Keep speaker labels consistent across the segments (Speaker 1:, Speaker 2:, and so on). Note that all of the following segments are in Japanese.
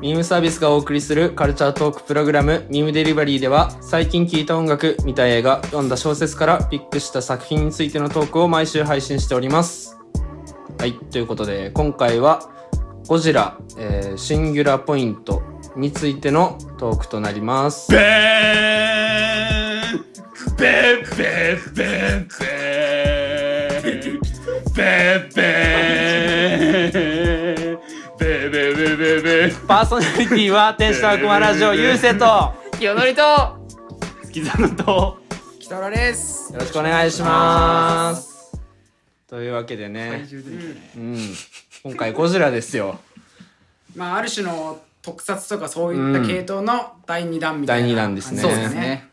Speaker 1: ミームサービスがお送りするカルチャートークプログラム「ミームデリバリー」では最近聴いた音楽見た映画読んだ小説からピックした作品についてのトークを毎週配信しております。はいということで今回は「ゴジラ、えーシンギュラポイント」についてのトークとなり ます。
Speaker 2: ベーンベーベーベーベーベーベーベーベーベーベーベー
Speaker 1: パーソナリティは天使と悪魔ラジオゆうせとよ
Speaker 3: 清則と
Speaker 2: 月園と
Speaker 3: 北原です
Speaker 1: ろしくお願いします。というわけでね、うん、今回ゴジラですよ。
Speaker 3: まあある種の特撮とかそういった系統の第二弾みたいな
Speaker 1: 第二弾ですね
Speaker 3: 感じ
Speaker 1: そうですね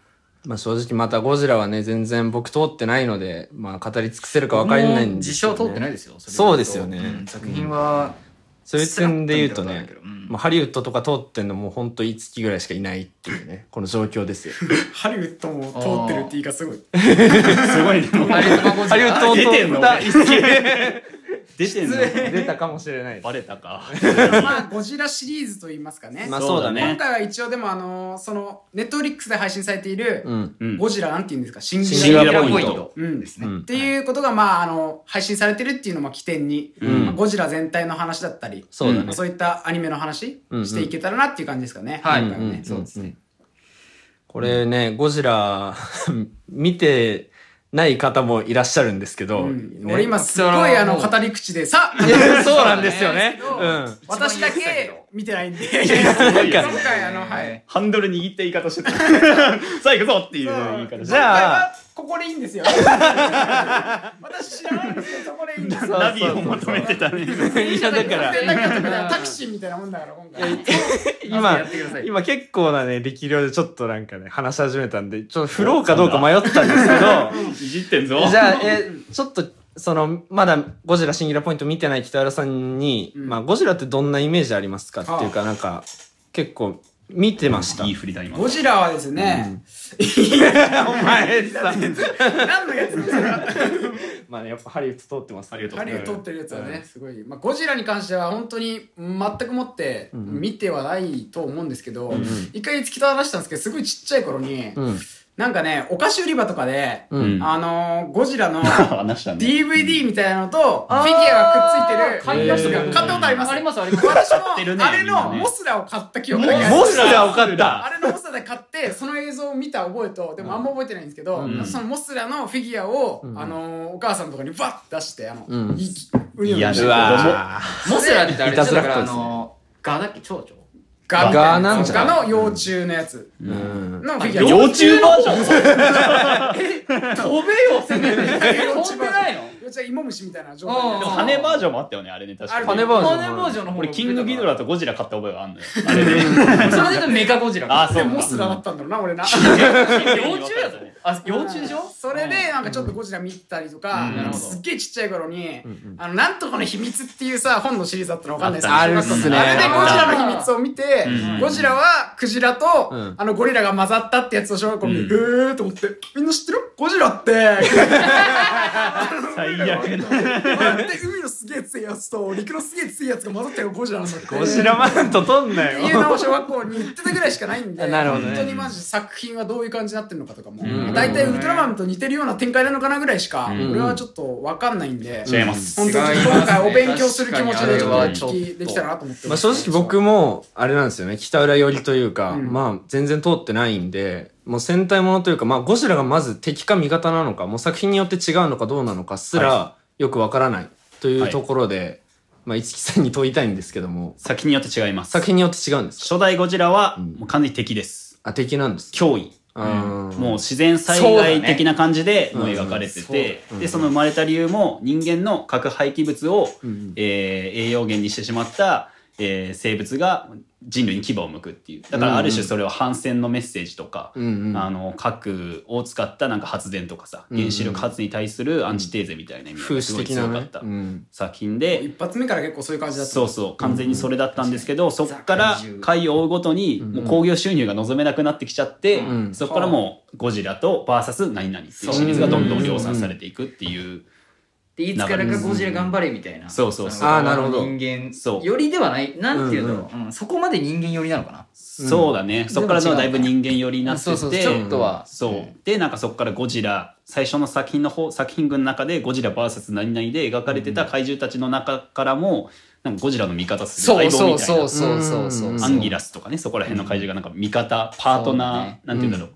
Speaker 1: まあ正直またゴジラはね全然僕通ってないのでまあ語り尽くせるか分かりないん
Speaker 4: 自
Speaker 1: ですよね
Speaker 4: 称通ってないですよ。
Speaker 1: そうですよね
Speaker 4: うん作品は、
Speaker 1: そういう点で言うと
Speaker 4: スラッ
Speaker 1: ね
Speaker 4: と見たことあるけどうん
Speaker 1: まあハリウッドとか通ってんのもうほんと5月ぐらいしかいないっていうねこの状況ですよ
Speaker 3: ハリウッドも通ってるって言い方すごい
Speaker 2: すごいねもう
Speaker 4: ハリウッド版
Speaker 1: ハリウッドを通
Speaker 2: 出てんの
Speaker 1: った5
Speaker 2: 出てんの
Speaker 1: 月出たかもしれない
Speaker 2: バレたか
Speaker 3: まあゴジラシリーズと言いますかね、
Speaker 1: まあそうだ
Speaker 3: 今
Speaker 1: ね
Speaker 3: 回は一応でもあのーそのネットフリックスで配信されている、
Speaker 1: うん
Speaker 2: うん
Speaker 3: ゴジラなんて言うんですか新
Speaker 1: シ
Speaker 2: シン
Speaker 1: ン
Speaker 2: ギ
Speaker 1: ギュ
Speaker 2: ュラ
Speaker 1: ラ
Speaker 2: ポ
Speaker 1: ポ
Speaker 2: イ
Speaker 1: イ
Speaker 2: ン
Speaker 1: ン
Speaker 2: ト
Speaker 1: ト
Speaker 3: うん
Speaker 4: です
Speaker 1: う
Speaker 4: ね。
Speaker 1: ん
Speaker 3: っていうことが、まあ、あの配信されてるっていうのも起点に、
Speaker 1: うん
Speaker 3: まあゴジラ全体の話だったり
Speaker 1: そうだ
Speaker 3: ま
Speaker 1: ね
Speaker 3: あそういったアニメの話
Speaker 1: うんうん
Speaker 3: していけたらなっていう感じですかね。
Speaker 4: はい
Speaker 3: 今回はね
Speaker 1: そうですねこれねゴジラ 見てない方もいらっしゃるんですけど、
Speaker 3: うん
Speaker 1: ね
Speaker 3: 俺今すごいあの語り口でさ
Speaker 1: いやそうなんですよねうん
Speaker 3: 私だけ見てないんで今
Speaker 2: ごいよね
Speaker 3: 回あのはい
Speaker 2: ハンドル握って言い方して たさあ行くぞっていう言い方
Speaker 1: じゃあ
Speaker 3: 今回はここでいいんですよ私知らないんですけどそこでいいん ですよ
Speaker 2: ナビを求めてたね
Speaker 1: いやだから
Speaker 3: 全然なんかタクシーみたいなもんだから今回
Speaker 1: 今
Speaker 4: やってください
Speaker 1: 今結構なね力量でちょっとなんかね話し始めたんでちょっと振ろうかどうか迷ったんですけど
Speaker 2: いじってん ぞ
Speaker 1: じゃあえちょっとそのまだ「ゴジラシンギュラポイント」見てない北原さんに、
Speaker 3: うん
Speaker 1: まあ、ゴジラってどんなイメージありますかっていうかなんか結構見てました
Speaker 2: いい振りだ今
Speaker 3: ゴジラはですね、
Speaker 1: お前さ
Speaker 3: 何のやつですか
Speaker 1: まあねやっぱハリウッド通ってます
Speaker 2: ありがとう
Speaker 3: ハリウッド撮ってるやつはね、すごい、まあ、ゴジラに関しては本当に全くもって
Speaker 1: ん
Speaker 3: 見てはないと思うんですけど、一回突き飛ばしたんですけどすごいちっちゃい頃に、
Speaker 1: うん
Speaker 3: なんかねお菓子売り場とかで、
Speaker 1: うん
Speaker 3: あのーゴジラ の
Speaker 2: 話したね
Speaker 3: DVD みたいなのとフィギュアがくっついてる
Speaker 1: 買い出して
Speaker 3: 買
Speaker 1: た
Speaker 3: ったことあります
Speaker 4: ありますあります
Speaker 3: 私
Speaker 2: 買ってる
Speaker 3: も
Speaker 2: ね
Speaker 3: あれ
Speaker 2: みんな
Speaker 3: の
Speaker 2: ね
Speaker 3: モスラを買った記憶だけあり
Speaker 1: モ
Speaker 3: ます
Speaker 1: スラを買った
Speaker 3: あれのモスラで買ってその映像を見た覚えとでもあんま覚えてないんですけど、
Speaker 2: うん
Speaker 3: そのモスラのフィギュアを、
Speaker 1: うん
Speaker 3: あのーお母さんとかにバッて出してあの、
Speaker 1: うん
Speaker 3: いいウニョウニョして
Speaker 2: いやう
Speaker 1: わ
Speaker 4: モスラってあれ
Speaker 1: い
Speaker 4: で
Speaker 1: た
Speaker 4: す
Speaker 1: ず
Speaker 4: よ
Speaker 1: ら
Speaker 4: だ
Speaker 1: っ子
Speaker 4: からあ
Speaker 1: ですね
Speaker 4: の、ガだっけ蝶々
Speaker 3: ガみたい
Speaker 1: ガなん
Speaker 3: やつ
Speaker 1: じゃない
Speaker 3: ガの幼虫のやつ
Speaker 1: ーうん
Speaker 3: のフィギュア。
Speaker 2: 幼虫バージョン
Speaker 4: 飛べよせめて飛んでないの
Speaker 3: 幼虫は芋虫みたいな状
Speaker 4: うん
Speaker 3: 態
Speaker 2: で
Speaker 3: で
Speaker 2: も羽バージョンもあったよねあれね確かに
Speaker 3: あ
Speaker 1: 羽
Speaker 3: れ
Speaker 1: バージョン
Speaker 4: 羽バージョンの方
Speaker 2: 俺キングギドラとゴジラ買った覚えがあるの よあれで
Speaker 4: それで言うとメカゴジラ
Speaker 2: あーそう
Speaker 3: で
Speaker 2: か
Speaker 3: モスラだったんだろうな、俺な。
Speaker 4: 幼虫やぞあ幼虫でしょ
Speaker 3: それで、なんかちょっとゴジラ見たりとか
Speaker 2: うんなる、ほど
Speaker 3: すっげえちっちゃい頃に
Speaker 1: んうん、
Speaker 3: あの、なんとかの秘密っていうさ、本のシリーズあったのわかんないです
Speaker 1: あったねあるっすね
Speaker 3: あれでゴジラの秘密を見て
Speaker 2: うん、
Speaker 3: ゴジラはクジラと
Speaker 1: うん、
Speaker 3: あの、ゴリラが混ざったってやつを小学校に、
Speaker 2: う
Speaker 3: へ
Speaker 2: ん
Speaker 3: ーと思って、みんな知ってるゴジラって、
Speaker 2: 最悪な
Speaker 3: だって海のすげえ強いやつと陸のすげえ強いやつが混ざったよゴジラの作品
Speaker 1: ゴジラマント取んな
Speaker 3: っていう
Speaker 1: よ
Speaker 3: のを小学校に行ってたぐらいしかないんで
Speaker 1: あなるほどね
Speaker 3: 本当にマジ作品はどういう感じになってるのかとかも、
Speaker 2: ん
Speaker 3: 大体ウルトラマンと似てるような展開なのかなぐらいしか、
Speaker 1: ん
Speaker 3: 俺はちょっと分かんないんで、
Speaker 2: 違います
Speaker 3: 本当に今回お勉強する気持ちでちょっとお聞きできたらなと思って
Speaker 1: まあ
Speaker 3: ます
Speaker 1: 正直僕もあれなんですよね北浦寄りというか、
Speaker 3: うん
Speaker 1: まあ全然通ってないんでもう戦隊ものというか、まあ、ゴジラがまず敵か味方なのかもう作品によって違うのかどうなのかすらよくわからないというところで、まあ、五木さんに問いたいんですけども
Speaker 2: 作品によって違います
Speaker 1: 作品によって違うんですか
Speaker 2: 初代ゴジラは
Speaker 1: うん
Speaker 2: もう完全に敵です
Speaker 1: あ敵なんです
Speaker 2: 脅威
Speaker 1: あー
Speaker 2: もう自然災害的な感じでもう描かれてて
Speaker 1: うん
Speaker 2: でその生まれた理由も人間の核廃棄物を
Speaker 1: うん
Speaker 2: えー栄養源にしてしまった、えー生物が人類に牙を向くっていうだからある種それは反戦のメッセージとか、
Speaker 1: うんうん
Speaker 2: あの核を使ったなんか発電とかさ
Speaker 1: ん
Speaker 2: 原子力発に対するアンチテーゼみたいな意味
Speaker 1: 風
Speaker 2: がす
Speaker 1: 刺
Speaker 2: ごい
Speaker 1: 的な
Speaker 2: 強か
Speaker 1: ね
Speaker 2: った
Speaker 1: うん
Speaker 2: 作品で。
Speaker 3: 一発目から結構そういう感じだった
Speaker 2: そうそう完全にそれだったんですけど、そっから
Speaker 4: ザ怪獣
Speaker 2: 回を追うごとにもう興行収入が望めなくなってきちゃって、
Speaker 1: うん
Speaker 2: そこからもうゴジラと VS 何々っていうシリーズがどんどん量産されていくっていう
Speaker 4: でいつからかゴジラ頑張れみたいな
Speaker 2: そうそうそう
Speaker 1: あーなるほど
Speaker 4: 人間
Speaker 2: そう
Speaker 4: 寄りではないなんていうんだろう、うんそこまで人間寄りなのかな
Speaker 2: そうだね、そこからのだいぶ人間寄りになってて
Speaker 4: そうそうちょっとは
Speaker 2: そう、
Speaker 4: うん
Speaker 2: でなんかそこからゴジラ最初の作品の方作品群の中でゴジラ VS 何々で描かれてた怪獣たちの中からもなんかゴジラの味方する
Speaker 4: そ
Speaker 2: 相
Speaker 4: う
Speaker 2: 棒
Speaker 4: そ
Speaker 2: み
Speaker 4: う
Speaker 2: たい
Speaker 4: そう
Speaker 2: な
Speaker 4: そうそうそううん
Speaker 2: アンギラスとかねそこら辺の怪獣がなんか味方パートナー、
Speaker 4: そうね
Speaker 2: なんて言うんだろう、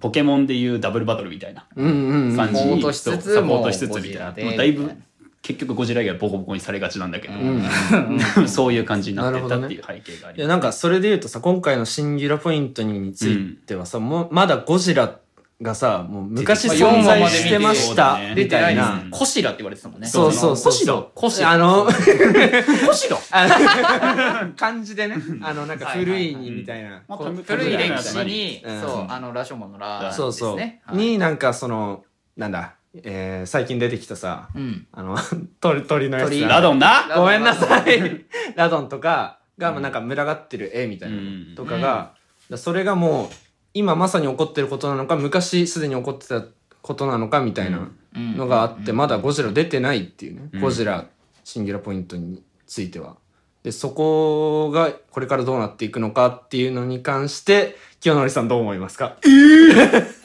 Speaker 2: ポケモンでいうダブルバトルみたいな
Speaker 1: うんうんうん
Speaker 2: 感じに
Speaker 4: サポートしつつ
Speaker 2: そうサポートしつつ
Speaker 4: もう
Speaker 2: みたいな
Speaker 4: ゴジラで
Speaker 2: もうだいぶ
Speaker 4: みたいな
Speaker 2: 結局ゴジラ以外はボコボコにされがちなんだけど、
Speaker 4: うん
Speaker 2: そういう感じになってたっていう背景があります、
Speaker 1: いやなんかそれで言うとさ今回の「シンギュラポイントに」ついてはさ、もうまだゴジラがさもう昔存在してました
Speaker 2: まあ
Speaker 1: み
Speaker 4: 出て
Speaker 1: た
Speaker 4: ないいで
Speaker 1: な、
Speaker 4: すねコシラって言われてたもんね
Speaker 1: そうそうそうそう
Speaker 4: コシラ
Speaker 1: あの
Speaker 4: コシラ
Speaker 1: 漢字でねあのなんか古いにみたいな、
Speaker 2: まあ
Speaker 1: こう
Speaker 4: 古い歴史に、
Speaker 1: うん
Speaker 4: そうあのラショモンのラですね
Speaker 1: そうそう、
Speaker 4: はい
Speaker 1: になんかそのなんだ、えー最近出てきたさ
Speaker 4: うん
Speaker 1: あの 鳥鳥のやつ
Speaker 4: 鳥
Speaker 2: ラドンな
Speaker 1: ごめんなさいラドンとかが、まあ、なんか群がってる絵みたいな
Speaker 2: うん
Speaker 1: のとかが、だそれがもう今まさに起こってることなのか昔すでに起こってたことなのかみたいな
Speaker 4: うん
Speaker 1: のがあって、まだゴジラ出てないっていうね、
Speaker 2: うん
Speaker 1: ゴジラシンギュラポイントについては。でそこがこれからどうなっていくのかっていうのに関して清則さんどう思いますか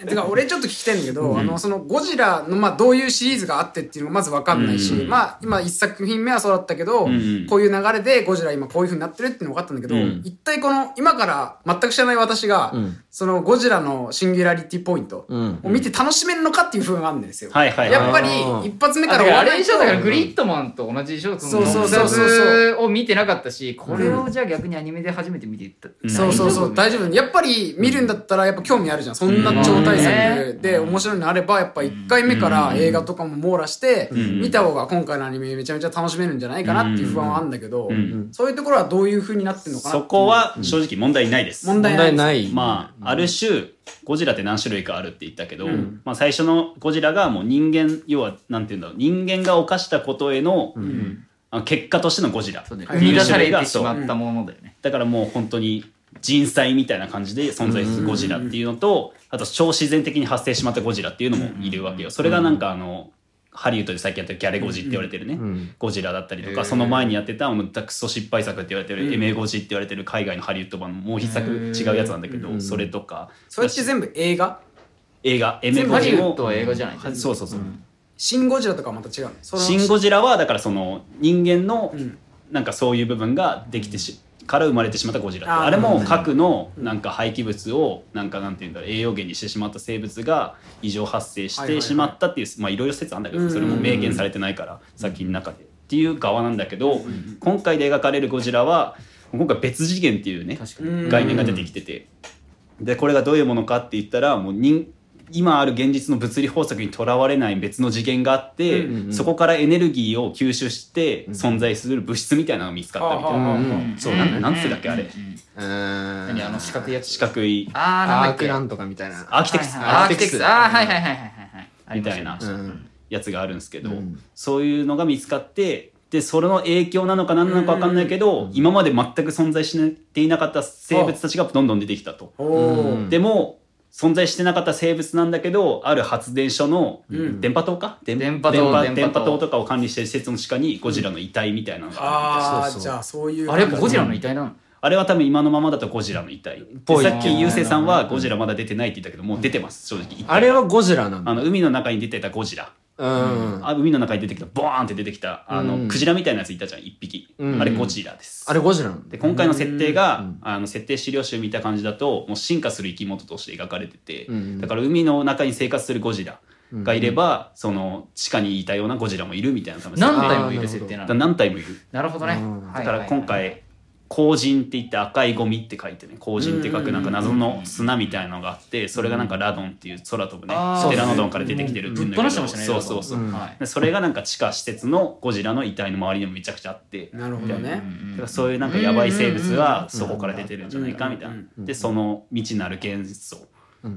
Speaker 3: てか俺ちょっと聞きたいんだけど、あのそのゴジラのまあどういうシリーズがあってっていうのがまず分かんないし、
Speaker 2: うん
Speaker 3: まあ今一作品目はそうだったけど、
Speaker 2: ん
Speaker 3: こういう流れでゴジラ今こういう風になってるっていうの分かったんだけど、
Speaker 2: うん
Speaker 3: 一体この今から全く知らない私が、
Speaker 1: うん
Speaker 3: そのゴジラのシンギュラリティポイント
Speaker 1: うん
Speaker 3: を見て楽しめるのかっていう風があるんですよ。
Speaker 2: はいはいはい
Speaker 3: やっぱり
Speaker 1: うん
Speaker 3: 一発目
Speaker 4: あ
Speaker 3: から
Speaker 4: だ
Speaker 3: 終
Speaker 4: から
Speaker 3: わ
Speaker 4: あ
Speaker 3: ら
Speaker 4: れ
Speaker 3: ない
Speaker 4: でし
Speaker 3: と
Speaker 4: ょだからグリッドマンと同じでしょ
Speaker 3: そうそうそうそう
Speaker 4: 特撮を見てなかったしこれをじゃあ逆にアニメで初めて見ていった
Speaker 2: うん
Speaker 3: そうそうそう大丈夫やっぱり見るんだったらやっぱ興味あるじゃんそんな超大作でで面白いのあればやっぱ1回目から映画とかも網羅して
Speaker 2: ん
Speaker 3: 見た方が今回のアニメめちゃめちゃ楽しめるんじゃないかなっていう不安はあるんだけど
Speaker 2: ん
Speaker 3: そういうところはどういう風になってるのかな
Speaker 2: そこは正直問題ないです、
Speaker 3: 問
Speaker 1: 問
Speaker 3: 題
Speaker 1: 題
Speaker 3: ない
Speaker 1: ない
Speaker 2: まあ、ある種ゴジラって何種類かあるって言ったけど、まあ、最初のゴジラがもう人間要はなんていうんだろう人間が犯したことへの,、あの結果としてのゴジラ
Speaker 4: そうね
Speaker 2: っていう
Speaker 4: 生み出さ
Speaker 2: 種
Speaker 4: れてし
Speaker 2: 類がそう
Speaker 4: まったものだよね
Speaker 2: だからもう本当に人災みたいな感じで存在するゴジラっていうのと、あと超自然的に発生しまったゴジラっていうのもいるわけよそれがなんかあの、ハリウッドで最近やってるギャレゴジって言われてるね、
Speaker 1: ん
Speaker 2: ゴジラだったりとか、
Speaker 4: へー
Speaker 2: その前にやってたあのダクソ失敗作って言われてる、エメゴジって言われてる海外のハリウッド版のもう一作
Speaker 4: へ
Speaker 2: 違
Speaker 4: ー
Speaker 2: うやつなんだけど、それとか
Speaker 3: それって全部映画
Speaker 2: 映画エメ
Speaker 4: 全部
Speaker 2: ゴ
Speaker 4: ハリ
Speaker 2: ジ
Speaker 4: ウッ
Speaker 2: も
Speaker 4: ドは映画じゃない
Speaker 2: はそうそうそう、
Speaker 3: シン・ゴジラとかはまた違うのその
Speaker 2: シン・ゴジラはだからその人間の
Speaker 3: ん
Speaker 2: なんかそういう部分ができてしから生まれてしまったゴジラ
Speaker 3: あ
Speaker 2: あ
Speaker 3: ー
Speaker 2: あれも核のなんか廃棄物をなんかなんていうんだろう栄養源にしてしまった生物が異常発生し
Speaker 3: はいはい
Speaker 2: て
Speaker 3: はい
Speaker 2: しまったっていうまあいろいろ説あるんだけ
Speaker 3: う
Speaker 2: ど
Speaker 3: ん
Speaker 2: それも明言されてないから作品の中でっていう側なんだけど今回で描かれるゴジラは今回別次元っていうね
Speaker 4: 確か
Speaker 3: う
Speaker 4: に
Speaker 3: ん
Speaker 2: 概念が出てきててでこれがどういうものかって言ったらもう人今ある現実の物理法則にとらわれない別の次元があって、
Speaker 3: うん
Speaker 1: うんうん
Speaker 2: そこからエネルギーを吸収して存在する物質みたいなのが見つかったみたいな、
Speaker 3: あああ
Speaker 1: う
Speaker 3: あ
Speaker 1: ん
Speaker 2: そうなんなんつうだっけあれ
Speaker 4: うんうんうん
Speaker 1: 何
Speaker 4: 何あの四角いやつ
Speaker 2: 四角い
Speaker 4: あーなん
Speaker 1: ア
Speaker 4: だ
Speaker 1: ー
Speaker 4: っけ
Speaker 1: クなんとかみたいな
Speaker 2: アーキテクス、
Speaker 4: はいはい
Speaker 1: ア
Speaker 4: ア
Speaker 1: ー
Speaker 4: ー
Speaker 1: キ
Speaker 4: キ
Speaker 1: テ
Speaker 4: テ
Speaker 1: ク
Speaker 4: ク
Speaker 1: ス
Speaker 4: スあーはいはいはいはいはいはい
Speaker 2: みたいな
Speaker 1: うん
Speaker 2: やつがあるんですけど、
Speaker 1: うん
Speaker 2: そういうのが見つかってでそれの影響なのか何なのか分かんないけど、今まで全く存在していなかった生物たちがどんどん出てきたと。
Speaker 3: お
Speaker 1: うん
Speaker 3: ー
Speaker 2: でも存在してなかった生物なんだけどある発電所の
Speaker 3: うん
Speaker 2: 電波塔か、電
Speaker 4: 電波塔
Speaker 2: 電波
Speaker 4: 電波塔
Speaker 2: 電波塔とかを管理してる施設の地下にゴジラの遺体みたいなのがある、
Speaker 1: そうそ
Speaker 3: ああ
Speaker 1: う
Speaker 3: じゃあそういう
Speaker 4: あれやっぱゴジラの遺体なの
Speaker 2: あれは多分今のままだとゴジラの遺体
Speaker 1: ぽ
Speaker 2: で
Speaker 1: い
Speaker 2: さっきゆうせいさんはゴジラまだ出てないって言ったけどもう出てます正直
Speaker 1: あれはゴジラなんだ
Speaker 2: あの海の中に出てたゴジラ
Speaker 1: うん
Speaker 2: あ海の中に出てきたボーンって出てきたあの、
Speaker 1: うん
Speaker 2: クジラみたいなやついたじゃん一匹、
Speaker 1: うん
Speaker 2: あれゴジラです
Speaker 1: あれゴジラなん
Speaker 2: で
Speaker 1: だ
Speaker 2: 今回の設定が、
Speaker 1: うん
Speaker 2: あの設定資料集見た感じだともう進化する生き物として描かれてて、
Speaker 1: うん
Speaker 2: だから海の中に生活するゴジラがいれば、その地下にいたようなゴジラもいるみたいな多分
Speaker 4: 何
Speaker 2: 設
Speaker 4: 体もいる設定
Speaker 2: 定
Speaker 4: な
Speaker 2: だ
Speaker 4: の
Speaker 2: 何体もいる
Speaker 4: なるほどね
Speaker 1: うん
Speaker 2: だから今回鉱人って言って赤いゴミって書いてね鉱人って書くなんか謎の砂みたいなのがあってそれがなんかラドンっていう空飛ぶね
Speaker 4: あ
Speaker 1: ー
Speaker 2: テラノドンから出てきてるっていうんだけど
Speaker 4: ぶっ放してましたね
Speaker 2: そうそうそう、
Speaker 1: うん
Speaker 4: はい
Speaker 2: でそれがなんか地下施設のゴジラの遺体の周りにもめちゃくちゃあって
Speaker 3: なるほどね
Speaker 2: だからそういうなんかやばい生物はそこから出てるんじゃないかみたいなでその未知なる現実を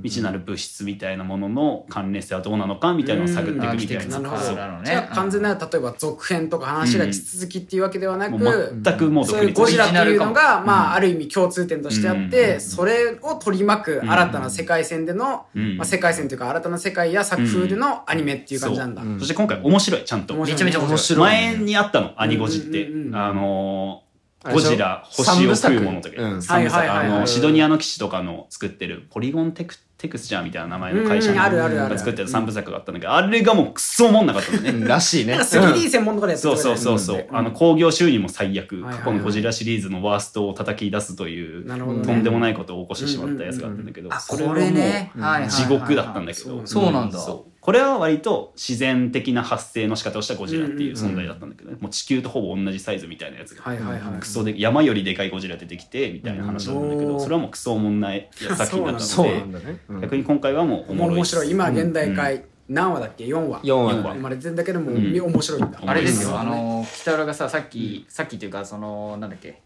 Speaker 2: 未知なる物質みたいなものの関連性はどうなのかみたいなのを探っていくみたいな
Speaker 3: うんあ
Speaker 2: そう
Speaker 3: な
Speaker 4: の
Speaker 3: じゃあ完全なる例えば続編とか話が地続きっていうわけではなく、
Speaker 2: もう全くもう
Speaker 3: そ
Speaker 2: 独
Speaker 3: ういう
Speaker 2: 立
Speaker 3: ゴジラっていうのが、
Speaker 4: うん
Speaker 3: まあ、ある意味共通点としてあって、
Speaker 4: うん
Speaker 3: それを取り巻く
Speaker 2: ん
Speaker 3: 新たな世界線での、
Speaker 2: うん
Speaker 3: まあ、世界線というか新たな世界や作風でのアニメっていう感じなんだ。
Speaker 1: そううん
Speaker 2: そして今回面白いちゃんと
Speaker 3: 面
Speaker 4: めちゃめちゃ面白い。
Speaker 2: 前にあったのアニゴジって、
Speaker 3: うんうんうんうん
Speaker 2: あの
Speaker 1: あれで
Speaker 2: ーゴ
Speaker 1: しょ
Speaker 2: ジラ星を食うものとか、
Speaker 1: 三部
Speaker 3: 作うん
Speaker 2: 三部作
Speaker 3: はいはいはい
Speaker 2: あ
Speaker 3: は
Speaker 2: の
Speaker 1: い
Speaker 2: シドニアの騎士とかの作ってるポリゴンテクテクスチャーみたいな名前の会社
Speaker 3: うんうんあるあるあ
Speaker 2: が
Speaker 3: る
Speaker 2: 作ってる三部作があったんだけどあれがもうクソおもんなかったの ね
Speaker 1: うんらしいね
Speaker 3: なんか 3D 専門とかでやって
Speaker 2: そうそうそうそう、あの興行収入も最悪、
Speaker 3: はいはいはい
Speaker 2: 過去のゴジラシリーズのワーストを叩き出すという
Speaker 3: なるほどね
Speaker 2: とんでもないことを起こしてしまったやつがあったんだけど、
Speaker 4: あ
Speaker 2: それは
Speaker 4: こ
Speaker 2: もう
Speaker 4: れね、
Speaker 1: うん
Speaker 4: はいはいはいはい
Speaker 2: 地獄だったんだけど、
Speaker 4: そうなんだ
Speaker 2: そうこれは割と自然的な発生の仕方をしたゴジラっていう存在だったんだけどね、もう地球とほぼ同じサイズみたいなやつが、
Speaker 3: はいはいはい
Speaker 2: クソで山よりでかいゴジラ出てきてみたいな話だったんだけど、
Speaker 3: うん
Speaker 2: それはもうクソおもんない作品だった
Speaker 1: そ
Speaker 2: の
Speaker 1: う
Speaker 2: で、
Speaker 1: なんだね。うん
Speaker 2: 逆に今回はもうおも
Speaker 3: もう
Speaker 2: ろい
Speaker 3: 面白い今現代
Speaker 2: う
Speaker 3: 界何話だっけ4話
Speaker 1: 4話
Speaker 2: 四話
Speaker 3: 生まれてんだけども、
Speaker 2: うん
Speaker 3: 面白いんだ
Speaker 2: 面
Speaker 4: あれです
Speaker 2: そう
Speaker 4: よ、
Speaker 2: だ
Speaker 4: あの、北浦がさ、さっき、さっきというか、その、なんだっけ、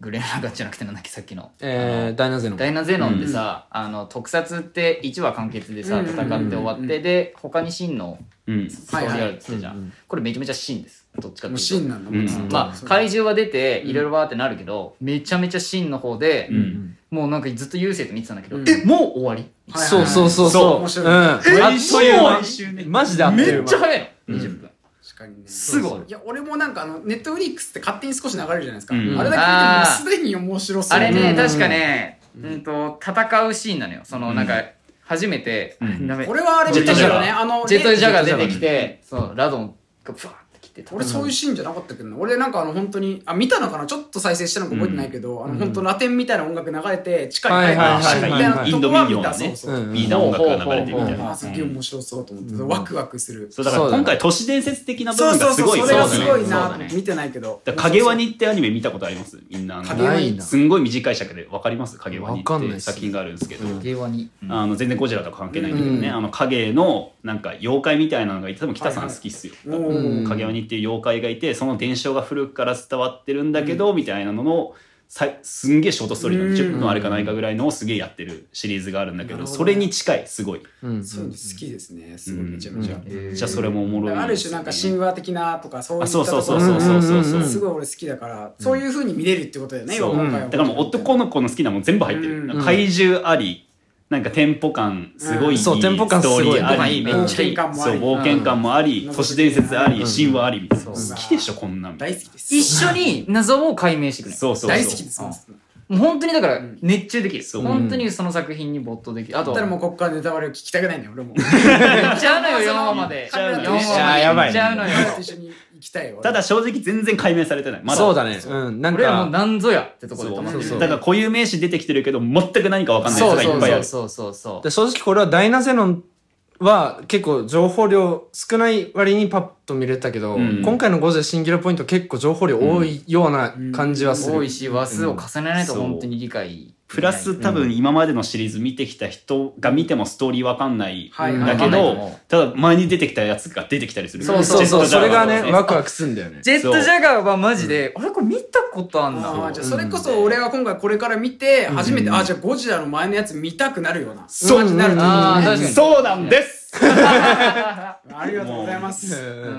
Speaker 4: グレーナガッチじゃなくてなんだっけ、さっきの。
Speaker 1: えー、ダイナゼノン
Speaker 4: ダイナゼノンでさ、あの特撮って1話完結でさ
Speaker 3: うんうん
Speaker 4: 戦って終わってで他に真の
Speaker 2: うん
Speaker 4: ストーリーあるっつってじゃ
Speaker 1: はいは
Speaker 4: んこれめちゃめちゃ真ですどっちかって
Speaker 3: もう
Speaker 4: い
Speaker 3: シ
Speaker 4: う
Speaker 3: ー
Speaker 4: と
Speaker 3: ンなんだ
Speaker 2: うん
Speaker 3: もう
Speaker 4: まあ怪獣は出ていろいろわーってなるけどめちゃめちゃ真の方で
Speaker 2: うん
Speaker 4: もうなんかずっと優勢って見てたんだけど
Speaker 3: うん
Speaker 4: えもう終わり
Speaker 3: はい
Speaker 1: そうそうそう
Speaker 2: そう
Speaker 1: そ
Speaker 3: 面
Speaker 1: う。
Speaker 3: 白
Speaker 1: う
Speaker 3: い
Speaker 1: ん。あっと
Speaker 2: 毎週毎
Speaker 1: い
Speaker 2: 週
Speaker 1: う
Speaker 2: ね
Speaker 1: 間。マジであっとい
Speaker 4: め
Speaker 1: う
Speaker 4: っちゃ
Speaker 1: 間。
Speaker 4: 早いの20分
Speaker 3: 確かにね
Speaker 4: すごい
Speaker 3: いや俺もなんかあのネットフリックスって勝手に少し流れるじゃないですか、
Speaker 2: うん
Speaker 3: あれだけ見てもすでに面白そう
Speaker 4: あれ
Speaker 1: う
Speaker 4: ね
Speaker 1: ん
Speaker 4: 確かねうんと戦うシーンなのよそのなんか初めて
Speaker 2: うん
Speaker 4: ダメ
Speaker 3: 俺はあれ見た
Speaker 2: ジェットジ
Speaker 3: か
Speaker 2: ャガ
Speaker 3: ら
Speaker 2: ー
Speaker 3: ねあの
Speaker 4: ジェットジャガー出
Speaker 2: で
Speaker 4: てきてそうラドンがプワーって来て
Speaker 3: 俺そういうシーンじゃなかったけどな俺なんかあの本当にあ見たのかなちょっと再生したのか覚えてないけど、あの本当ラテンみたいな音楽流れて地下に入
Speaker 1: はい
Speaker 3: るシ
Speaker 1: はい
Speaker 3: ーン
Speaker 1: はい
Speaker 3: みたいなとこは見
Speaker 2: はいはいはい
Speaker 3: た、
Speaker 2: インド民謡のね
Speaker 3: そうそう、
Speaker 1: うん
Speaker 2: いいな音楽が流れてみたい
Speaker 1: うん
Speaker 2: な、
Speaker 3: あすげえ面白そうと思って、ワクワクする
Speaker 2: そうだから今回都市伝説的な部分がすごい
Speaker 3: それはすごい
Speaker 4: そう
Speaker 3: な
Speaker 4: だね
Speaker 3: 見てないけど
Speaker 2: だから影ワニってアニメ見たことありますみんなあの
Speaker 3: 影ワ
Speaker 1: ない
Speaker 3: ニ
Speaker 1: な。
Speaker 2: すんごい短い尺で分かります影ワニっ
Speaker 1: わかんない
Speaker 2: て
Speaker 1: っす
Speaker 2: 作品があるんですけど、
Speaker 4: 平和に
Speaker 2: あの全然ゴジラとか関係ないんだけどね、
Speaker 1: うん
Speaker 2: あの影のなんか妖怪みたいなのがいて多分北さん好きっすよ、
Speaker 3: おお、
Speaker 1: うん
Speaker 2: 影鬼っていう妖怪がいてその伝承が古くから伝わってるんだけど、みたいなののさすんげえショートストーリーなの
Speaker 3: うん
Speaker 2: 10分あれかないかぐらいのをすげえやってるシリーズがあるんだけど
Speaker 3: なるほど
Speaker 2: それに近いすごい
Speaker 1: うんうん
Speaker 3: そういうの好きですねすごいめちゃめちゃ、
Speaker 1: うん
Speaker 2: じゃあそれもおもろいですね、
Speaker 3: ある種なんか神話的なとかそうい
Speaker 2: あ
Speaker 3: った
Speaker 2: そう
Speaker 3: とこ
Speaker 2: そ
Speaker 3: ろ
Speaker 2: うそうそうそうそうそう、
Speaker 1: うん
Speaker 3: すごい俺好きだから、そういうふうに見れるってことだよね、
Speaker 2: そう
Speaker 3: 今回は
Speaker 2: だからもう男の子の好きなもん全部入ってる、
Speaker 3: うん
Speaker 2: なんか怪獣ありなんかテンポ感すごいいい、
Speaker 3: うん
Speaker 2: スト
Speaker 1: そう
Speaker 2: ー
Speaker 1: テ
Speaker 2: リ
Speaker 1: ンポ感すごい
Speaker 2: ーあ
Speaker 4: テ
Speaker 2: り
Speaker 4: ンポ感いいめっちゃいい
Speaker 3: 冒険感もあ
Speaker 2: そう
Speaker 3: り
Speaker 2: 冒険感もあり、
Speaker 3: うん
Speaker 2: 都市伝説あり、
Speaker 1: うん
Speaker 2: 神話ありみたいな、
Speaker 4: そう
Speaker 2: 好きでしょこんなん
Speaker 3: 大好きです
Speaker 4: 一緒に謎を解明してくれる
Speaker 2: そうそうそう
Speaker 3: 大好きですだ
Speaker 4: もう本当にだから
Speaker 3: ん
Speaker 4: 熱中できる、
Speaker 2: そう
Speaker 4: 本当にその作品に没頭できるあと
Speaker 3: ったらもうここからネタバレを聞きたくないね俺も
Speaker 4: 行っちゃうのよ4話まで
Speaker 3: カメラ
Speaker 4: 4話
Speaker 3: と
Speaker 4: ま
Speaker 3: 一緒に
Speaker 1: あーやばい
Speaker 4: で行っちゃうのよ
Speaker 3: カメラと一緒に行きたいよ俺
Speaker 2: ただ正直全然解明されてないまだ
Speaker 1: そうだね。うん。なん
Speaker 4: 俺らもう
Speaker 1: か、
Speaker 4: なんぞやってとこ
Speaker 2: そ
Speaker 4: で
Speaker 2: う
Speaker 4: 止まっ
Speaker 1: そ
Speaker 4: てる
Speaker 1: うそう
Speaker 2: だから固有名詞出てきてるけど全く何か分かんないやつ
Speaker 4: そう
Speaker 2: がい
Speaker 4: そ
Speaker 2: っ
Speaker 4: う
Speaker 2: ぱいある
Speaker 4: そうそうそうそう
Speaker 1: で正直これはダイナゼノンは結構情報量少ない割にパッと見れたけど、
Speaker 2: うん
Speaker 1: 今回のゴジラシンギュラポイント結構情報量多いような感じはする。
Speaker 4: 多いし話数を重ねないと
Speaker 2: そう
Speaker 4: 本当に理解
Speaker 2: プラス多分今までのシリーズ見てきた人が見てもストーリー分かんない
Speaker 3: はい
Speaker 2: んだけ
Speaker 4: わかんないと
Speaker 2: ど、
Speaker 4: 思
Speaker 2: ただ前に出てきたやつが出てきたりする
Speaker 4: そう
Speaker 1: そうそう、
Speaker 2: ジ
Speaker 1: そ
Speaker 2: ェット
Speaker 1: れ
Speaker 2: ジ
Speaker 1: が
Speaker 2: ャーとか
Speaker 1: ね、ワクワクすんだよね。
Speaker 4: ジェットジャガーはマジで、あれこれ見たことあん
Speaker 3: あ
Speaker 4: な
Speaker 3: ーじゃあそれこそ俺は今回これから見て初めて、あじゃあゴジラの前のやつ見たくなるような
Speaker 1: そう
Speaker 3: 感じになると思う
Speaker 4: あー
Speaker 3: ね
Speaker 4: 確かに
Speaker 2: そうなんです
Speaker 3: ありがとうございます
Speaker 4: う
Speaker 1: う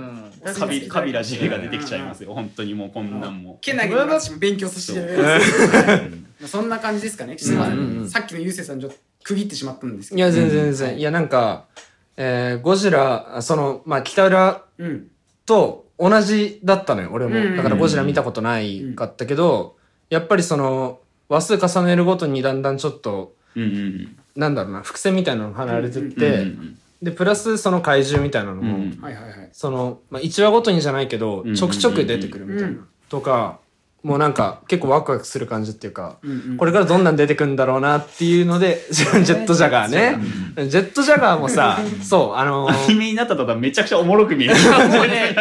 Speaker 1: ん
Speaker 4: ん
Speaker 2: カビカビラ J が出てきちゃいますよ本当にもうこんなんも
Speaker 3: けなげに私も勉強させていただきますそんな感じですかねすいません、さっきのゆうせいさんちょっと区切ってしまったんですけ
Speaker 1: い
Speaker 3: ど
Speaker 1: や、全然全然。いや、なんか、えーゴジラ、その、まあ、北浦
Speaker 3: うん
Speaker 1: と同じだったのよ、俺
Speaker 3: うん
Speaker 1: も。だからゴジラ見たことないかったけど、やっぱりその、話数重ねるごとにだんだんちょっと、
Speaker 2: うんうん
Speaker 1: なんだろうな、伏線みたいなの離れてっ
Speaker 2: うん
Speaker 1: て、
Speaker 2: うん
Speaker 1: で、プラスその怪獣みたいなの
Speaker 2: うん
Speaker 1: も、
Speaker 2: うん
Speaker 3: はいはいはい
Speaker 1: その、まあ、1話ごとにじゃないけど
Speaker 2: うん、
Speaker 1: ちょくちょく出てくるみたいな。
Speaker 3: うん
Speaker 1: とか、もうなんか、結構ワクワクする感じっていうか、
Speaker 3: うんうん
Speaker 1: これからどんなん出てくんだろうなっていうので、ジェットジャガーね。ジェットジャガーもさ、そう、あのー
Speaker 2: アニメになった途端めちゃくちゃおもろく見える
Speaker 4: もうね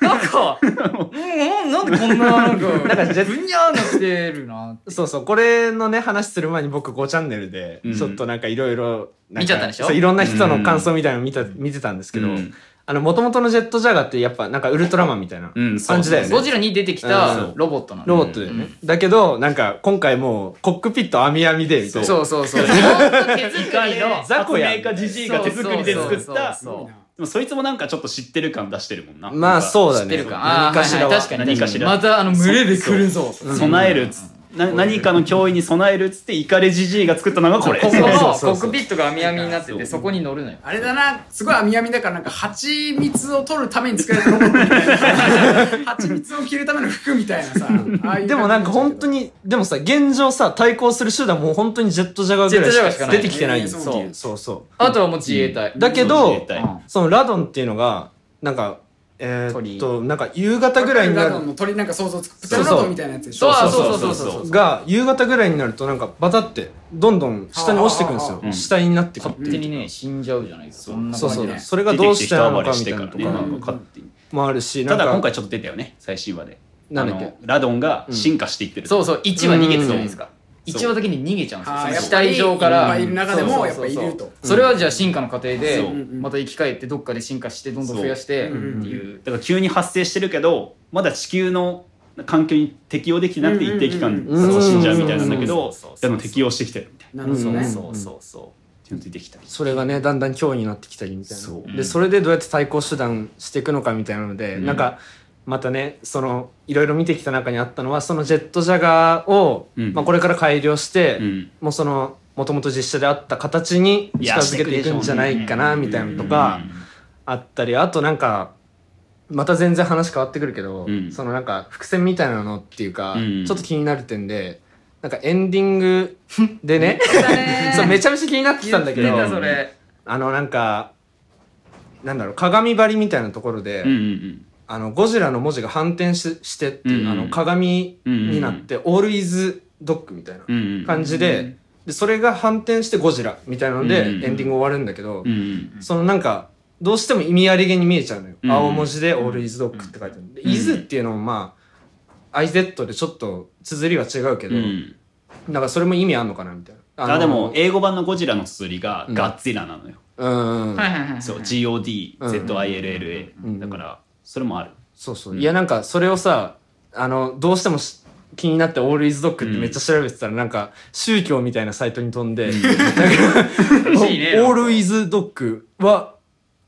Speaker 4: なんか、うん、なんでこんな、なんか、 なんか、じゃ、ふにゃーなってるな。
Speaker 1: そうそう、これのね、話する前に僕5チャンネルで
Speaker 2: うん、
Speaker 1: ちょっとなんかいろいろ、なんか
Speaker 4: 見ちゃったでしょ
Speaker 1: そういろんな人の感想みたいなの見た、見てたんですけど、
Speaker 2: うん
Speaker 1: あの、元々のジェットジャガーってやっぱなんかウルトラマンみたいな
Speaker 2: うんそう
Speaker 1: 感じだよね。
Speaker 4: ゴジラに出てきたロボットな
Speaker 1: ロ
Speaker 4: の。
Speaker 1: ボットだよね。だけど、なんか今回もうコックピット網網で、みたいな。
Speaker 3: そうそうそう。
Speaker 4: ちょっと手作りの。
Speaker 1: 雑魚やん
Speaker 2: 発明家じじいが手作りで作った
Speaker 4: そうそうそうそう
Speaker 2: でもそいつもなんかちょっと知ってる感出してるもんな
Speaker 1: まあそうだね。
Speaker 4: 知ってるか
Speaker 1: 何かしらは
Speaker 4: あーはいはい確かに
Speaker 2: 何かしら
Speaker 4: またあの群れで来るぞ。
Speaker 2: う備えるっつな何かの脅威に備えるっつってイカレじじいが作ったのがこれ
Speaker 4: ここ
Speaker 1: そう
Speaker 4: の
Speaker 1: そう
Speaker 4: コ
Speaker 1: そう
Speaker 4: ックピットが網網になっててそこに乗るのよ。
Speaker 3: あれだな、すごい網みだからなんか蜂蜜を取るために作られたロボットみたい な。蜂蜜を着るための服みたいなさ。ああいう
Speaker 1: でもなんか本当に、でもさ、現状さ、対抗する手段もう本当にジェットジャガーぐ
Speaker 4: ジェットジャ
Speaker 1: ら
Speaker 4: ガ
Speaker 1: い
Speaker 4: ー
Speaker 1: し
Speaker 4: し
Speaker 1: か
Speaker 4: かな
Speaker 1: 出
Speaker 4: い
Speaker 1: てきてないんだよ
Speaker 3: えー
Speaker 1: そ
Speaker 3: そう
Speaker 1: うそうそ
Speaker 4: あとはもう自衛隊。
Speaker 1: う。だけ
Speaker 2: 自衛
Speaker 1: ど
Speaker 2: 隊、
Speaker 4: うん
Speaker 1: そのラドンっていうのが、なんか、えーっと、なんか夕方ぐらいにな
Speaker 3: ラドン
Speaker 1: る、
Speaker 3: の鳥なんか想像つく。プテ
Speaker 1: そうそう
Speaker 3: ロノトンみたいなやつでし
Speaker 4: そ
Speaker 3: ょ
Speaker 4: う。
Speaker 2: そ
Speaker 4: そうう
Speaker 2: そ
Speaker 4: そう
Speaker 2: そ
Speaker 4: うそうう
Speaker 2: そう
Speaker 4: そう。
Speaker 1: が、夕方ぐらいになるとなんかバタって、どんどん下に落ちてくんです
Speaker 3: あ
Speaker 1: よ
Speaker 2: ーあ。ー
Speaker 1: 下になってくる。
Speaker 4: 勝手にね死んじゃうじゃないですか。そんな
Speaker 1: そ
Speaker 4: 感
Speaker 1: う
Speaker 4: じ
Speaker 1: そ
Speaker 4: ね
Speaker 1: う。それがどうしてなのかみたいなと
Speaker 2: 出てきて人暴れしてか
Speaker 1: か
Speaker 2: らねなんか勝手に
Speaker 1: もあるし、な
Speaker 2: た
Speaker 1: ん
Speaker 2: だ今
Speaker 1: か、
Speaker 2: 回ちょっと出たよね最新話で
Speaker 1: なんだっけ
Speaker 2: あのラドンが進化していってる
Speaker 4: そうそう1は逃げてるじゃないですか。1話だけに逃げちゃうん
Speaker 3: ああ
Speaker 4: です
Speaker 3: や
Speaker 4: よ。
Speaker 3: っ
Speaker 4: 死
Speaker 3: ぱり
Speaker 4: 体上から。
Speaker 3: いっぱいいる中で
Speaker 4: そうそ
Speaker 3: も
Speaker 4: う
Speaker 3: やっぱいると。
Speaker 4: それはじゃあ進化の過程で
Speaker 2: そう
Speaker 4: また生き返ってどっかで進化してどんどん増やしてっていう。
Speaker 2: だから急に発生してるけどまだ地球の環境に適応できてなくて一定期間
Speaker 1: うん
Speaker 2: そう死んじゃうみたいなんだけど
Speaker 4: そうそうそう
Speaker 2: でも適応してきてるみたい
Speaker 3: な
Speaker 2: な
Speaker 3: るほどね。
Speaker 2: そうそうそうっていうの出てきたり
Speaker 1: それがねだんだん脅威になってきたりみたいな
Speaker 2: そう
Speaker 1: でそれでどうやって対抗手段していくのかみたいなので、
Speaker 2: ん
Speaker 1: なんかまたねそのいろいろ見てきた中にあったのはそのジェットジャガーを、
Speaker 2: うん
Speaker 1: まあ、これから改良して、
Speaker 2: うん
Speaker 1: もうそのもともと実写であった形に近づけていくんじゃないかなみたいなのとかあったりあとなんかまた全然話変わってくるけど、
Speaker 2: うん
Speaker 1: そのなんか伏線みたいなのっていうか、
Speaker 2: うん
Speaker 1: ちょっと気になる点でなんかエンディングでね そうめちゃめちゃ気になってたんだけど。
Speaker 4: 言ってたそれ。
Speaker 1: あのなんかなんだろう鏡張りみたいなところで、
Speaker 2: うんうん
Speaker 1: あのゴジラの文字が反転ししてっていう、
Speaker 2: うんうん
Speaker 1: あの鏡になって「オールイズドッグ」みたいな
Speaker 2: うんうん
Speaker 1: 感じで,、でそれが反転して「ゴジラ」みたいなので、
Speaker 2: うんうん
Speaker 1: エンディング終わるんだけど、
Speaker 2: うんうん
Speaker 1: そのなんかどうしても意味ありげに見えちゃうのよ、
Speaker 2: うん
Speaker 1: 青文字で「オールイズドッグ」って書いてあるで「
Speaker 2: うん
Speaker 1: イズ」っていうのもまあ IZ でちょっと綴りは違うけ
Speaker 2: う
Speaker 1: ど、
Speaker 2: ん
Speaker 1: なんかそれも意味あんのかなみたいな。
Speaker 2: あ
Speaker 1: の
Speaker 2: でも英語版のゴジラの綴りがガッツィラなのよ、
Speaker 1: うん、
Speaker 4: はいはいはいはい。
Speaker 2: そう
Speaker 1: うん
Speaker 2: GODZILLA、
Speaker 1: ん
Speaker 2: だからそれもある
Speaker 1: そうそう、いやなんかそれをさあのどうしてもし気になって「オールイズドッグ」ってめっちゃ調べてたら、なんか宗教みたいなサイトに飛んで「なんか
Speaker 4: しいね
Speaker 1: オールイズドッグは」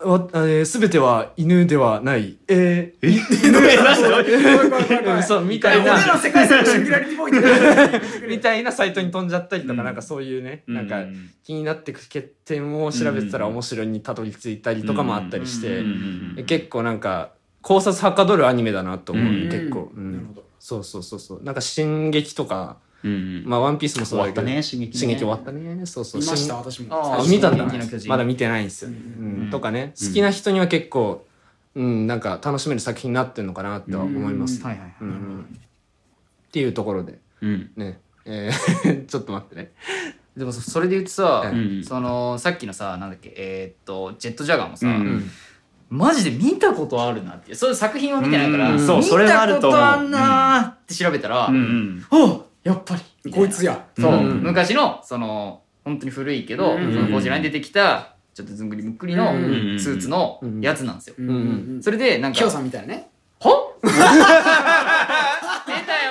Speaker 1: は、えー、全ては犬ではないえー、 そ
Speaker 3: そう
Speaker 1: うみたい
Speaker 3: 俺ら
Speaker 1: な
Speaker 3: の世界線のシングラリティポイントだ
Speaker 1: みたいなサイトに飛んじゃったりとか、
Speaker 2: うん
Speaker 1: なんかそういうね、
Speaker 2: うん
Speaker 1: なんか気になってく欠点を調べてたら
Speaker 2: うん
Speaker 1: 面白いにたどり着いたりとかもあったりして、
Speaker 4: うん
Speaker 2: うん
Speaker 1: 結構なんか考察はかどるアニメだなと思う、
Speaker 2: うん
Speaker 1: 結構、うん
Speaker 3: なるほど
Speaker 1: そうそうそうそうなんか「進撃」とか
Speaker 2: うんうん
Speaker 1: まあ、ワンピースもそう
Speaker 2: 終
Speaker 1: だ
Speaker 2: わ
Speaker 1: け
Speaker 2: っ
Speaker 1: ど、
Speaker 2: たね刺激ね
Speaker 1: 刺激終わったね。そうそう。
Speaker 3: 見まし
Speaker 1: 進
Speaker 3: た
Speaker 1: あ
Speaker 3: 私も
Speaker 4: あー
Speaker 1: 見たんだ
Speaker 4: 進撃の巨。人
Speaker 1: まだ見てないんですよね。うんとかね、好きな人には結構、うん、なんか楽しめる作品になってるのかなっては思います。
Speaker 4: はいはい。
Speaker 1: うんうんっていうところで、
Speaker 2: うん
Speaker 1: ね。えー ちょっと待ってね。
Speaker 4: でもそそれで言うとさ、
Speaker 2: うん
Speaker 4: そのさっきのさなんだっけえーっとジェットジャガーもさ、
Speaker 2: うん
Speaker 4: マジで見たことあるなってそういう作品は見てないから、
Speaker 2: うんそう
Speaker 4: 見
Speaker 2: それはある
Speaker 4: たこと
Speaker 2: 思う
Speaker 4: とあんなーって調べたら、
Speaker 2: うんうん
Speaker 4: おうやっぱりみたい
Speaker 3: こ
Speaker 4: ない
Speaker 3: つや。
Speaker 4: そう、
Speaker 1: うん
Speaker 4: 昔のその本当に古いけど、
Speaker 3: うん
Speaker 4: そのゴジラに出てきたちょっとずんぐりむっくりの
Speaker 3: うん
Speaker 4: スーツのやつなんですよ、
Speaker 3: うん
Speaker 1: うん
Speaker 3: うん
Speaker 4: それでなんか
Speaker 3: キヨさんみたいなね。
Speaker 4: ほ出たよ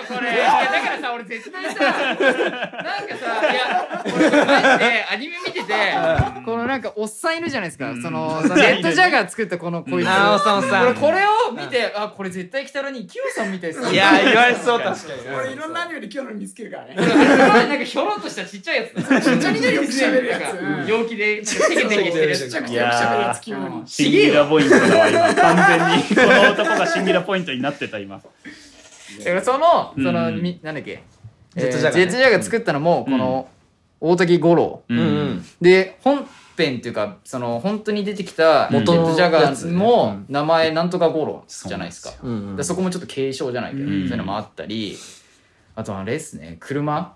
Speaker 4: これいやだからさ俺絶対さなんかさいや俺マジでアニメ見ててこのなんかおっさんいるじゃないですか、そのジェットジャガー作ったこのこいつ、
Speaker 1: あー、おさんおさ
Speaker 4: 俺これを見て、あこれ絶対北野にキヨさんみたいですね
Speaker 1: いやー、言われそう、確かに。
Speaker 3: 俺いろんなアニメでキヨの見つけるからね。
Speaker 4: なんかひょろっとしたちっちゃいやつちっちゃい
Speaker 3: よく喋るやつ
Speaker 4: なんか陽気でテケテケしてるやつ
Speaker 3: めちゃく
Speaker 2: い
Speaker 3: ちゃ喋る
Speaker 2: や
Speaker 3: や
Speaker 2: ー
Speaker 3: つキヨの。
Speaker 2: シンギュラポイントだわ今完全にこの男がシンギュラポイントになってた今
Speaker 4: だからそのその、
Speaker 2: うん
Speaker 4: みなんだっけ
Speaker 1: ジェットジ
Speaker 4: え
Speaker 1: ャガー
Speaker 4: ー
Speaker 1: ね
Speaker 4: ジェットジャガー作ったのもこの大滝五郎
Speaker 2: う
Speaker 1: うんん
Speaker 2: う
Speaker 1: うん
Speaker 2: ん。
Speaker 4: で本編っていうかその本当に出てきたジェッ
Speaker 1: 元の
Speaker 4: トジャガー
Speaker 1: やつ
Speaker 4: も名前なんとか五郎じゃないですか
Speaker 2: そう
Speaker 1: うんうん
Speaker 4: でそこもちょっと継承じゃないけど、
Speaker 2: うん
Speaker 4: そういうのもあったりあとあれですね車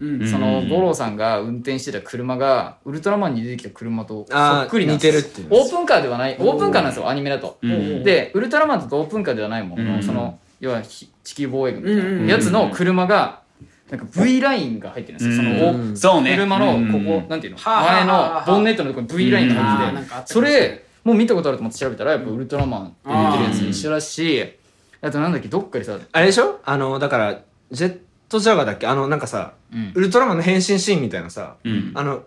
Speaker 3: うん
Speaker 4: その
Speaker 2: うん
Speaker 4: 五郎さんが運転してた車がウルトラマンに出てきた車とそ
Speaker 1: あー
Speaker 4: っくりなんですよ
Speaker 1: 似てるっていう
Speaker 4: オープンカーではないオープンカーなんですよアニメだと、
Speaker 2: うん
Speaker 4: でウルトラマンだとオープンカーではないものの、
Speaker 2: うん
Speaker 4: その要はひ地球防衛軍みたい
Speaker 3: うんうん
Speaker 1: うん
Speaker 4: なやつの車がなんか V ラインが入ってるんですよ、そのオー
Speaker 1: うん
Speaker 2: そうね
Speaker 4: 車のここ、
Speaker 2: うん
Speaker 4: なんていうの
Speaker 3: はあはあはあ
Speaker 4: 前のボンネットのところに V ラインが入ってて、
Speaker 3: うんあーなんかあった
Speaker 4: それもう見たことあると思って調べたらやっぱウルトラマンって言ってるやつ一緒だしあとなんだっけどっかでさ
Speaker 1: あれでしょあのだからジェットジャガーだっけあのなんかさ、
Speaker 4: うん
Speaker 1: ウルトラマンの変身シーンみたいなさ、
Speaker 2: うん
Speaker 1: あの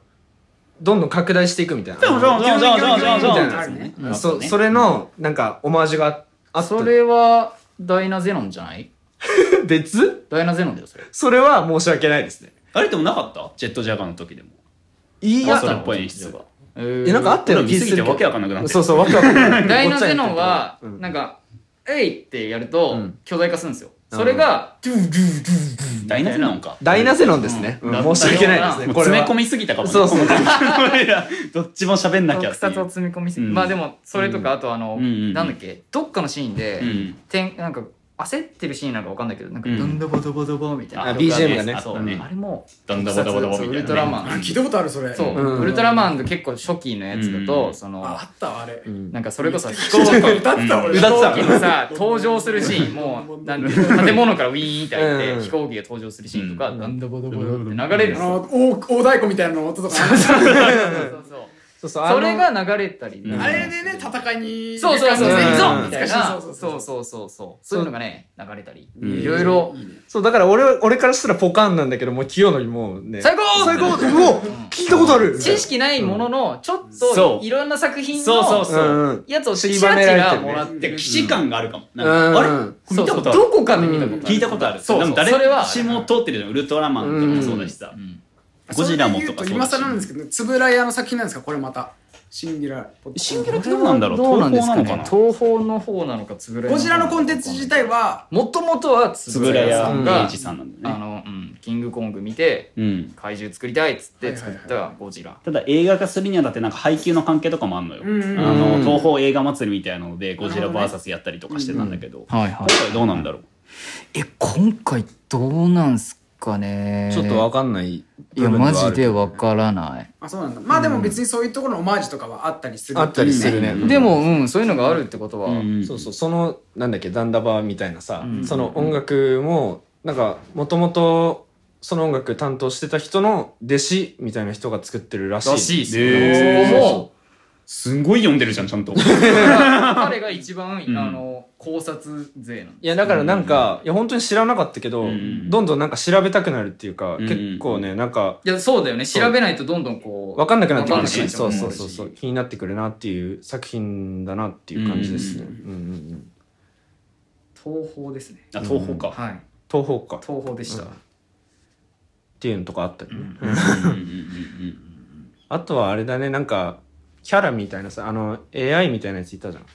Speaker 1: どんどん拡大していくみたいな
Speaker 2: そうそうそうそうそうそうそう
Speaker 3: あるね
Speaker 1: あのそ
Speaker 2: ね
Speaker 1: それのなんかオマージュがああった
Speaker 4: それはダイナゼノンじゃない
Speaker 1: 別
Speaker 4: ダイナゼノンだよそれ
Speaker 1: それは申し訳ないですね
Speaker 2: あれでもなかったジェットジャガーの時でも
Speaker 1: い
Speaker 2: や
Speaker 1: や
Speaker 2: それっぽい演出が
Speaker 4: えー
Speaker 1: えなんかあったような
Speaker 2: 見
Speaker 1: 気す
Speaker 2: すぎ
Speaker 1: る
Speaker 2: て
Speaker 1: けど
Speaker 2: わけわかんなくなって
Speaker 1: そうそうわけわかんない
Speaker 4: ダイナゼノンは
Speaker 1: うん
Speaker 4: なんか「えい!」ってやると
Speaker 1: うん
Speaker 4: 巨大化するんですよ
Speaker 1: うん
Speaker 4: それが
Speaker 2: ダイナゼノンか
Speaker 1: ダイナゼノンですね、
Speaker 4: うん
Speaker 1: うん申し訳ないですね
Speaker 2: もう
Speaker 1: これ
Speaker 2: 詰め
Speaker 1: は
Speaker 2: 込みすぎたかもね
Speaker 1: そうそう
Speaker 2: いやどっちも喋んなきゃ
Speaker 4: 特
Speaker 2: ってい
Speaker 4: 撮を
Speaker 2: う
Speaker 4: 積み込みすぎ
Speaker 2: うん
Speaker 4: まあでもそれとかあとあの
Speaker 2: うんうんうん
Speaker 4: なんだっけどっかのシーンで
Speaker 2: うん
Speaker 4: てんなんか焦ってるシーンなんかわかんないけどなんか
Speaker 2: うん
Speaker 4: ドンドボドボドボみたいな
Speaker 1: あ
Speaker 4: 曲
Speaker 1: BGM がね
Speaker 2: あそうね
Speaker 4: あれも
Speaker 2: どんどんどんどんどんみたいなね
Speaker 4: ウルトラマン
Speaker 3: 聞いたことあるそれ
Speaker 4: そう
Speaker 1: うん
Speaker 4: ウルトラマンの結構初期のやつだ
Speaker 2: う
Speaker 4: と
Speaker 2: ん
Speaker 4: その
Speaker 3: ああったわあれ
Speaker 1: うん
Speaker 4: なんかそれこそ飛行機
Speaker 3: 歌ってた俺
Speaker 1: 歌ってた
Speaker 4: 飛行機のさ登場するシーンもうなんていうの建物からウィーンって開い
Speaker 1: うん
Speaker 4: て飛行機が登場するシーンとか
Speaker 1: うん
Speaker 4: ガンダボドボドって流れるんです
Speaker 3: あ
Speaker 4: よ
Speaker 3: の大大太鼓みたいなの音とか
Speaker 4: そうそうそう
Speaker 1: そうそう
Speaker 4: それが流れたり
Speaker 2: うん
Speaker 3: あれでね戦いに
Speaker 4: そうそうそう
Speaker 1: うん
Speaker 4: 行くぞみたい
Speaker 3: そ
Speaker 4: な
Speaker 3: うそ
Speaker 4: そうう
Speaker 3: そう
Speaker 4: そうそうそうそういうのがね流れたり
Speaker 2: うん
Speaker 4: いろいろ
Speaker 1: そうだから俺は俺からしたらポカンなんだけどもう清則もうね
Speaker 4: 最高
Speaker 1: 最高うお聞いたことある
Speaker 4: 知識ないもののちょっ
Speaker 2: そ
Speaker 4: と
Speaker 2: う
Speaker 4: いろんな作品
Speaker 2: そうそう
Speaker 4: の
Speaker 2: そう
Speaker 1: うんうん
Speaker 4: やつを
Speaker 1: 散
Speaker 4: ち
Speaker 1: りば
Speaker 4: ら
Speaker 1: め
Speaker 4: ち
Speaker 1: られてるね
Speaker 4: らもらってる
Speaker 2: 既視感があるかもなん
Speaker 1: うん
Speaker 2: かあれこれ見たことある
Speaker 4: そうどこかで見たことある
Speaker 2: 聞いたことある
Speaker 4: そう
Speaker 2: で
Speaker 4: そ
Speaker 2: も
Speaker 4: うそれ
Speaker 2: 誰
Speaker 4: は
Speaker 2: しも通ってるじゃんウルトラマンとかもそうだしさ
Speaker 4: うん
Speaker 2: ゴジラもとか
Speaker 3: それで言う今更なんですけどつぶらやの作品なんですかこれまたシンギュラ
Speaker 2: シンギュラってどうなんだろう
Speaker 4: どうなんですか
Speaker 2: 東宝な
Speaker 4: ね
Speaker 2: のか
Speaker 4: 東方の方なのかつぶらや
Speaker 3: ゴジラのコンテンツ自体は
Speaker 4: もともとは
Speaker 2: つ
Speaker 4: つ
Speaker 2: ぶ
Speaker 4: ぶ
Speaker 2: らや
Speaker 4: らやさん
Speaker 2: 明
Speaker 4: が
Speaker 2: 治さんなんだ
Speaker 4: あ
Speaker 2: よね
Speaker 4: のうんキングコング見て
Speaker 2: うん
Speaker 4: 怪獣作りたいっつって作ったゴジラ
Speaker 2: ただ映画化するにはだってなんか配給の関係とかもあんのよ、
Speaker 3: うんうん
Speaker 2: あ
Speaker 1: う
Speaker 2: の
Speaker 1: ん
Speaker 2: 東宝映画祭りみたいなのでゴジラ
Speaker 3: なるほどね
Speaker 2: VS やったりとかしてたんだけど、
Speaker 4: はいは
Speaker 2: 今回どうなんだろう
Speaker 4: え今回どうなんすかね
Speaker 1: ちょっとわかんない
Speaker 4: いや
Speaker 1: 部分はあ
Speaker 4: マ
Speaker 1: る
Speaker 4: ジでわからない、
Speaker 3: あそうなんだまあでも別にそういうところのオマージュとかはあったりする
Speaker 1: あったりするね、
Speaker 2: うん
Speaker 4: でもうんそういうのがあるってことは、
Speaker 2: うん
Speaker 1: そうそうそのなんだっけダンダバーみたいなさ、
Speaker 4: うん
Speaker 1: その音楽もなんかもともとその音楽担当してた人の弟子みたいな人が作ってるらしい
Speaker 4: らしいっすよ、
Speaker 2: へー
Speaker 4: も
Speaker 2: すんごい読んでるじゃんちゃんと
Speaker 4: う彼が一番、
Speaker 2: うん
Speaker 4: あの考察勢なん
Speaker 1: いやだからなんか、いや本当に知らなかったけど、
Speaker 2: うん
Speaker 1: どんどんなんか調べたくなるっていうか、
Speaker 2: うん
Speaker 1: 結構ねなんか
Speaker 4: いやそうだよね調べないとどんどんこう
Speaker 1: 分かんなくなってくる
Speaker 4: わ
Speaker 1: し
Speaker 4: かんなくなっちゃ
Speaker 1: そううそうそうそう気になってくるなっていう作品だなっていう感じですね、
Speaker 2: う
Speaker 1: うんんうんうん、
Speaker 4: 東宝ですね
Speaker 2: あ東宝か、
Speaker 4: はい
Speaker 1: 東方かっ
Speaker 4: 東宝でした、
Speaker 1: うんていうのとかあったりね、
Speaker 2: うんうんうんうん
Speaker 1: あとはあれだねなんかキャラみたいなさあの AI みたいなやついたじゃん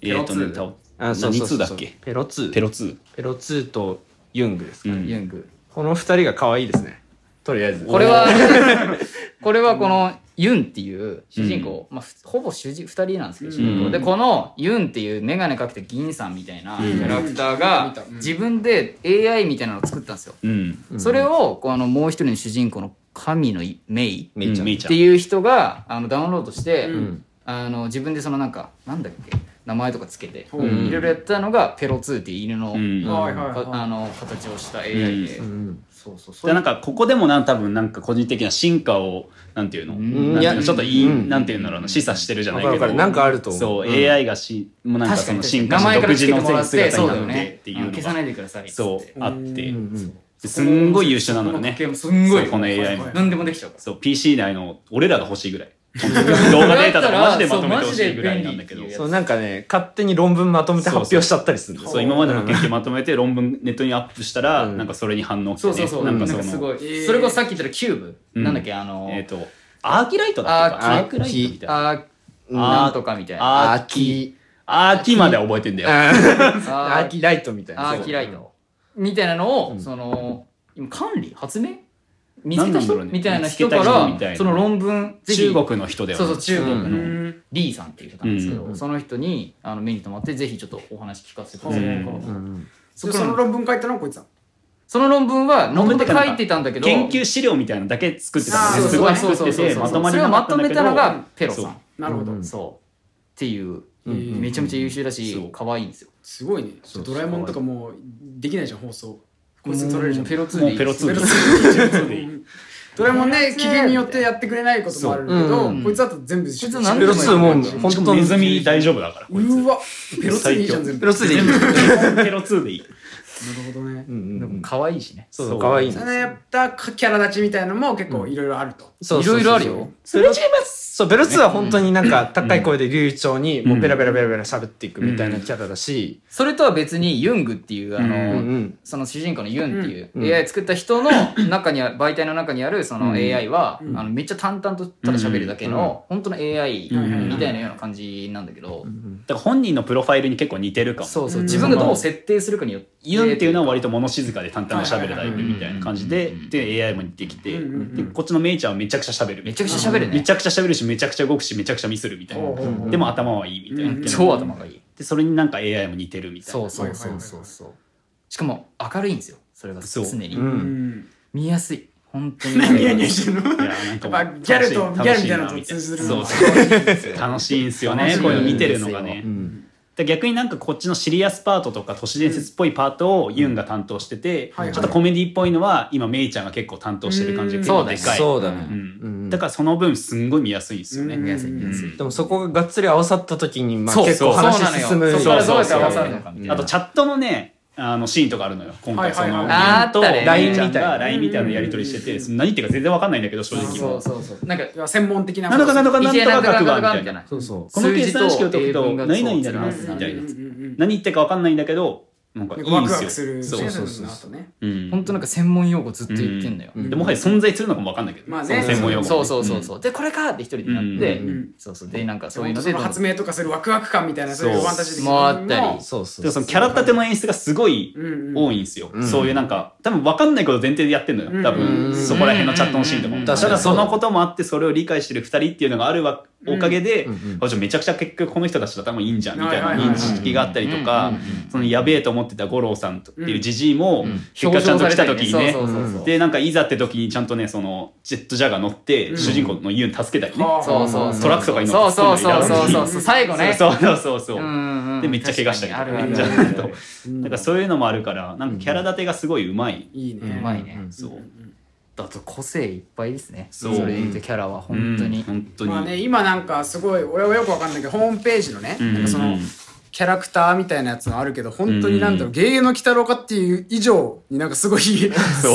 Speaker 2: えーとねた
Speaker 1: あそうそうそうそう
Speaker 2: 何通だっけ
Speaker 1: ペロ2
Speaker 2: テロ2、
Speaker 1: ペロ2とユングですか、
Speaker 2: う
Speaker 1: ね
Speaker 2: ん
Speaker 4: ユング
Speaker 1: この二人が可愛いですねとりあえず
Speaker 4: これは これはこのユンっていう主人公、まあ、ふほぼ主人2人なんですけど主人公、
Speaker 2: うん
Speaker 4: でこのユンっていう眼鏡かけて銀さんみたいなキャラクターが
Speaker 3: うん
Speaker 4: 自分で AI みたいなのを作ったんですよ、
Speaker 2: うん
Speaker 1: うん
Speaker 4: それをこうあのもう一人の主人公の神のいメイ
Speaker 1: めいちゃん
Speaker 2: めい
Speaker 4: っていう人があのダウンロードして、
Speaker 1: う
Speaker 3: う
Speaker 1: んん
Speaker 4: あの自分でそのなんかなんだっけ名前とかつけて
Speaker 3: うん
Speaker 4: いろいろやったのがペロ2っていう犬の、
Speaker 2: うん
Speaker 1: うん
Speaker 3: はいはい
Speaker 4: かあ
Speaker 3: は
Speaker 4: の形をした AI で、
Speaker 1: うん
Speaker 4: そうそうそう
Speaker 2: でなんかここでもなん多分なんか個人的な進化をなんていうの、
Speaker 4: ん
Speaker 2: なんていうの
Speaker 1: いや
Speaker 2: ちょっといい、
Speaker 1: うん
Speaker 2: なんていうんだろうな示唆してるじゃない
Speaker 1: わ
Speaker 2: け
Speaker 1: かるわ
Speaker 2: ど
Speaker 1: かるなんかあると思う
Speaker 2: そう、
Speaker 1: うん
Speaker 2: AI がしもうなんか
Speaker 4: 確
Speaker 2: そ
Speaker 4: かに
Speaker 2: の進化
Speaker 4: 名
Speaker 2: し
Speaker 4: 前
Speaker 2: て
Speaker 4: か
Speaker 2: 独
Speaker 4: らつ
Speaker 2: 自
Speaker 4: けて
Speaker 2: の
Speaker 4: もらって
Speaker 2: 姿
Speaker 4: そう
Speaker 2: に
Speaker 4: だよ
Speaker 2: なって
Speaker 4: ね
Speaker 2: っていうの
Speaker 4: あ
Speaker 2: が
Speaker 4: 消さないでくださいっつって
Speaker 2: そうあって
Speaker 1: うんうん
Speaker 2: すんごい優秀なのよね
Speaker 4: そこの家系もすんごい
Speaker 2: そうこの AI も
Speaker 4: 何でもできちゃうから
Speaker 2: そう PC 内の俺らが欲しいぐらい動画データとかマジでまとめてほしいぐらいなんだけど
Speaker 4: そうマジで便利っていうやつ
Speaker 1: そうなんかね勝手に論文まとめて発表しちゃったりするんだよ
Speaker 2: そう今までの研究まとめて論文ネットにアップしたら、
Speaker 1: うん
Speaker 2: なんかそれに反応して、
Speaker 4: そ
Speaker 2: ね、
Speaker 4: うそうそう
Speaker 2: な
Speaker 4: なんん
Speaker 2: か
Speaker 4: か
Speaker 2: その
Speaker 4: すごい、
Speaker 3: えー
Speaker 4: それこそさっき言ったキューブ、
Speaker 2: うん
Speaker 4: なんだっけあの
Speaker 2: えっ、とアーキライトだっけか
Speaker 1: ア
Speaker 2: ア
Speaker 1: ー
Speaker 2: ーキライトみたいな
Speaker 4: あー
Speaker 2: ん
Speaker 4: なんとかみたいな
Speaker 2: あ
Speaker 1: アーキ
Speaker 2: アーキまでは覚えてんだよ
Speaker 1: ア
Speaker 4: あ
Speaker 1: ーキライトみたいな
Speaker 4: アーキライトみたいなのを、
Speaker 1: ん
Speaker 4: その今管理発明見つけた
Speaker 2: なんなんだ
Speaker 4: 人、
Speaker 2: ろうね
Speaker 4: みたいな人か
Speaker 2: 見つけた人みたい
Speaker 4: ら
Speaker 2: な
Speaker 4: その論文ぜひ
Speaker 2: 中国の人だよ
Speaker 4: そ
Speaker 2: ね
Speaker 4: うそう中国
Speaker 1: う
Speaker 4: の、
Speaker 3: いうん
Speaker 4: リーさんっていう方なんですけど、
Speaker 2: うん
Speaker 4: その人にあの目に留まってぜひちょっとお話聞かせてください、
Speaker 2: うん
Speaker 1: うん
Speaker 4: そ
Speaker 3: そ
Speaker 4: っから
Speaker 3: の論文書いたのはこいつだ
Speaker 4: その論文は
Speaker 2: 論文
Speaker 4: 論文
Speaker 2: って
Speaker 4: で
Speaker 2: か
Speaker 4: 書いてたんだけど
Speaker 2: 研究資料みたいなのだけ作ってたの
Speaker 3: あ
Speaker 2: ね
Speaker 3: ー
Speaker 2: すごい
Speaker 4: そうそ
Speaker 2: 作
Speaker 4: う
Speaker 2: って
Speaker 4: そう
Speaker 2: てま
Speaker 4: そう
Speaker 2: とまり
Speaker 4: それ
Speaker 2: な
Speaker 4: を
Speaker 2: か
Speaker 4: ま
Speaker 2: った
Speaker 4: と
Speaker 2: んだ
Speaker 4: め
Speaker 2: けど
Speaker 4: たのがペロさん
Speaker 2: そう
Speaker 3: なるほど
Speaker 1: うん
Speaker 4: そうっていう、
Speaker 1: うん
Speaker 4: めちゃめちゃ優秀だし、
Speaker 2: そう
Speaker 4: 可愛いんですよ
Speaker 3: すごいね
Speaker 1: そう
Speaker 3: ドラえもんとかもうできないじゃん放送こいつ取れるじゃ
Speaker 4: も
Speaker 3: ん
Speaker 4: うペロ2
Speaker 2: も
Speaker 4: でいうい
Speaker 2: ペロ
Speaker 4: です
Speaker 2: 2
Speaker 3: ペロ
Speaker 2: で
Speaker 3: スドラえも んね機嫌によってやってくれないこともあるけど、
Speaker 1: そう
Speaker 4: うん
Speaker 3: こいつだと全部し
Speaker 4: こいつ
Speaker 3: し
Speaker 4: 何
Speaker 1: ペ
Speaker 4: で
Speaker 1: ロ
Speaker 4: も
Speaker 1: 2もう
Speaker 2: 本
Speaker 1: 本
Speaker 2: 当
Speaker 1: 当
Speaker 2: ネ
Speaker 1: に
Speaker 2: ズミ大丈夫だからこいつ
Speaker 3: うわペロツいいじゃん全部
Speaker 1: ペロ2でいいんですよ
Speaker 2: ペロ2でいい
Speaker 3: なるほどね
Speaker 1: うんうん
Speaker 4: で
Speaker 1: うん
Speaker 4: も可愛いしね。
Speaker 1: そうそう可愛いん
Speaker 3: そ
Speaker 1: です
Speaker 3: のやったキャラ立ちみたいなのも結構いろいろあると、
Speaker 1: そう
Speaker 4: い
Speaker 1: そうそ
Speaker 4: ろ
Speaker 1: う
Speaker 4: いろあるよ。
Speaker 1: それ違いますそうベロ2は本当になんか高い声で流暢にもうペラペラペラペラ喋っていくみたいなキャラだし
Speaker 4: それとは別にユングっていうあ
Speaker 1: う
Speaker 4: の、
Speaker 1: んうん
Speaker 4: その主人公のユンっていう、
Speaker 1: うん
Speaker 4: AI 作った人の中にあ媒体の中にあるその AI は、あのめっちゃ淡々とただ喋るだけの、本当の AI
Speaker 2: うん
Speaker 4: みたいなような感じなんだけど、
Speaker 2: だから本人のプロファイルに結構似てるかも
Speaker 4: そうそう
Speaker 3: うん
Speaker 4: 自分がどう設定するかによって
Speaker 2: ユンっていうのは割と物静かで淡々と喋るタイプみたいな感じで、で AI も似てきて、
Speaker 3: うんうんうん
Speaker 2: でこっちのメイちゃんはめちゃくちゃ喋る
Speaker 4: めちゃくちゃ喋るね
Speaker 2: めちゃくちゃ喋るしめちゃくちゃ動くしめちゃくちゃミスるみたいな、
Speaker 3: ほうほうほう
Speaker 2: でも頭はいいみたいな、
Speaker 3: うん
Speaker 4: 超頭がいい
Speaker 2: でそれになんか AI も似てるみたいな
Speaker 4: そうそうそうそうそうしかも明るいんですよそれが常
Speaker 2: そう
Speaker 4: に、
Speaker 1: うん
Speaker 3: うん
Speaker 4: 見やすい本当に
Speaker 3: ニヤニヤしてる
Speaker 2: い
Speaker 3: の
Speaker 2: やなんかもう
Speaker 3: やっぱギャルと
Speaker 2: 楽し
Speaker 3: ギャルみたいなのと
Speaker 2: 楽し
Speaker 3: 通ずる
Speaker 2: そうそう楽しいんですよ
Speaker 4: 楽
Speaker 2: ね
Speaker 4: しい
Speaker 2: こういうの見てるのが
Speaker 4: ん
Speaker 2: ね
Speaker 4: で
Speaker 1: うん
Speaker 2: で逆になんかこっちのシリアスパートとか都市伝説っぽいパートをユンが担当してて、
Speaker 3: はいはい
Speaker 2: ちょっとコメディっぽいのは今メイちゃんが結構担当してる感じが結
Speaker 4: そう
Speaker 2: 構
Speaker 4: だ
Speaker 2: で
Speaker 4: ね
Speaker 2: かい、
Speaker 1: そうだ
Speaker 2: う
Speaker 1: ね
Speaker 2: ん
Speaker 1: うん
Speaker 2: だからその分すんごい見やすいんですよね、
Speaker 3: う ん
Speaker 4: 見やすい見やすい、
Speaker 1: でもそこががっつり合わさった時にまあ
Speaker 4: そう
Speaker 1: 結構話
Speaker 4: そう
Speaker 1: 進
Speaker 4: なの
Speaker 1: む
Speaker 2: そ
Speaker 4: よ
Speaker 2: こからどうやって合わ
Speaker 1: そ
Speaker 2: さ
Speaker 1: う
Speaker 2: る
Speaker 4: のかみたいな
Speaker 2: あとチャットのねあのシーンとかあるのよ今回その
Speaker 3: は
Speaker 2: ユ
Speaker 3: いはいはい
Speaker 4: あー
Speaker 2: ン
Speaker 4: あ
Speaker 2: と
Speaker 4: ったね
Speaker 2: LINE みたい
Speaker 1: うん
Speaker 2: な LINE みたいなやり取りしててその何言ってるか全然わかんないんだけど正直
Speaker 4: そ
Speaker 2: も
Speaker 4: うそうそうなんか
Speaker 3: 要は専門的な
Speaker 2: なんとかなんとかなんと
Speaker 4: 一
Speaker 2: か
Speaker 4: なんとか
Speaker 2: 学
Speaker 4: な
Speaker 2: ば
Speaker 4: ん
Speaker 2: み
Speaker 4: とか
Speaker 2: た
Speaker 4: み
Speaker 2: い
Speaker 4: たい
Speaker 2: な
Speaker 4: な
Speaker 1: そうそう
Speaker 2: この計算式を解くと
Speaker 4: 数字と英文が
Speaker 2: 何々になり
Speaker 3: うん
Speaker 2: ま
Speaker 3: うん
Speaker 2: す
Speaker 3: うん
Speaker 2: みたいな
Speaker 3: うんうん
Speaker 2: 何言ってるかわかんないんだけどなんかいい
Speaker 3: うんんワクワ
Speaker 2: で
Speaker 3: クす
Speaker 2: す
Speaker 3: る
Speaker 2: よ
Speaker 3: そうそう
Speaker 1: そう
Speaker 3: そうね
Speaker 2: うん
Speaker 4: 本当なんか専門用語ずっと言ってんだよ、
Speaker 2: でもはや存在するのかもわかんないけど
Speaker 3: まあね
Speaker 2: その専門用語
Speaker 4: そうそうそうそう、でこれかって一人でなって、
Speaker 1: うん
Speaker 3: うん
Speaker 4: そうそうでなんかそういうの
Speaker 3: そ
Speaker 4: で
Speaker 3: の発明とかするワクワク感みたいなそういう
Speaker 2: そう
Speaker 3: ファンタジー的
Speaker 4: もうあったり
Speaker 3: なのも
Speaker 1: そうそう
Speaker 2: でもそのキャラ立ての演出がすごい
Speaker 3: うんうん
Speaker 2: 多いんですよ、
Speaker 1: うん
Speaker 2: そういうなんか多分分かんないこと前提でやってんの
Speaker 3: う
Speaker 2: よ
Speaker 3: ん
Speaker 2: 多
Speaker 1: う
Speaker 2: 分
Speaker 1: ん
Speaker 2: そこら辺のチャットのシーンとか
Speaker 4: う
Speaker 2: も
Speaker 4: ん
Speaker 2: だ
Speaker 1: 確か
Speaker 2: か
Speaker 1: に
Speaker 2: らそのこともあってそれを理解してる2人っていうのがあるわおかげで、
Speaker 1: うんうん
Speaker 2: あじゃあめちゃくちゃ結局この人たちだったらもういいんじゃんみたい
Speaker 3: は
Speaker 2: ない
Speaker 3: はいはい
Speaker 2: 認識があったりとか、
Speaker 4: うんうん
Speaker 2: そのやべえと思ってた五郎さんとっていうじじいも
Speaker 4: うん
Speaker 2: 結果ちゃんと来た時にね
Speaker 4: そうそうそう
Speaker 2: でなんかいざって時にちゃんとねそのジェットジャガー乗って
Speaker 3: ん
Speaker 2: 主人公のユン助けたりね、
Speaker 3: はあ
Speaker 4: そうそうそう
Speaker 2: トラックとかに乗
Speaker 4: そ
Speaker 2: っ
Speaker 4: う
Speaker 2: て進んだ
Speaker 4: そうそうそう
Speaker 2: り
Speaker 4: そうそう最後ね
Speaker 2: そうそうそうそう、
Speaker 4: うんうん
Speaker 2: でめっちゃ怪我したりとか
Speaker 4: 確かにあるある
Speaker 2: じゃ
Speaker 4: あ
Speaker 2: ない
Speaker 4: るあ
Speaker 2: と
Speaker 4: る
Speaker 2: なんかそういうのもあるからなんかキャラ立てがすごいうまい、
Speaker 3: いいうね
Speaker 4: まいね
Speaker 2: そう、
Speaker 4: あと個性いっぱいですね
Speaker 2: そう
Speaker 4: れでいてキャラは本 当
Speaker 2: うん
Speaker 4: に
Speaker 2: 本当に、
Speaker 3: まあね今なんかすごい俺はよくわかんないけどホームページのね
Speaker 2: うん
Speaker 3: なんかそのキャラクターみたいなやつのあるけど本当になんだろ
Speaker 2: う
Speaker 3: う芸の鬼太郎かっていう以上になんかすごいす
Speaker 2: う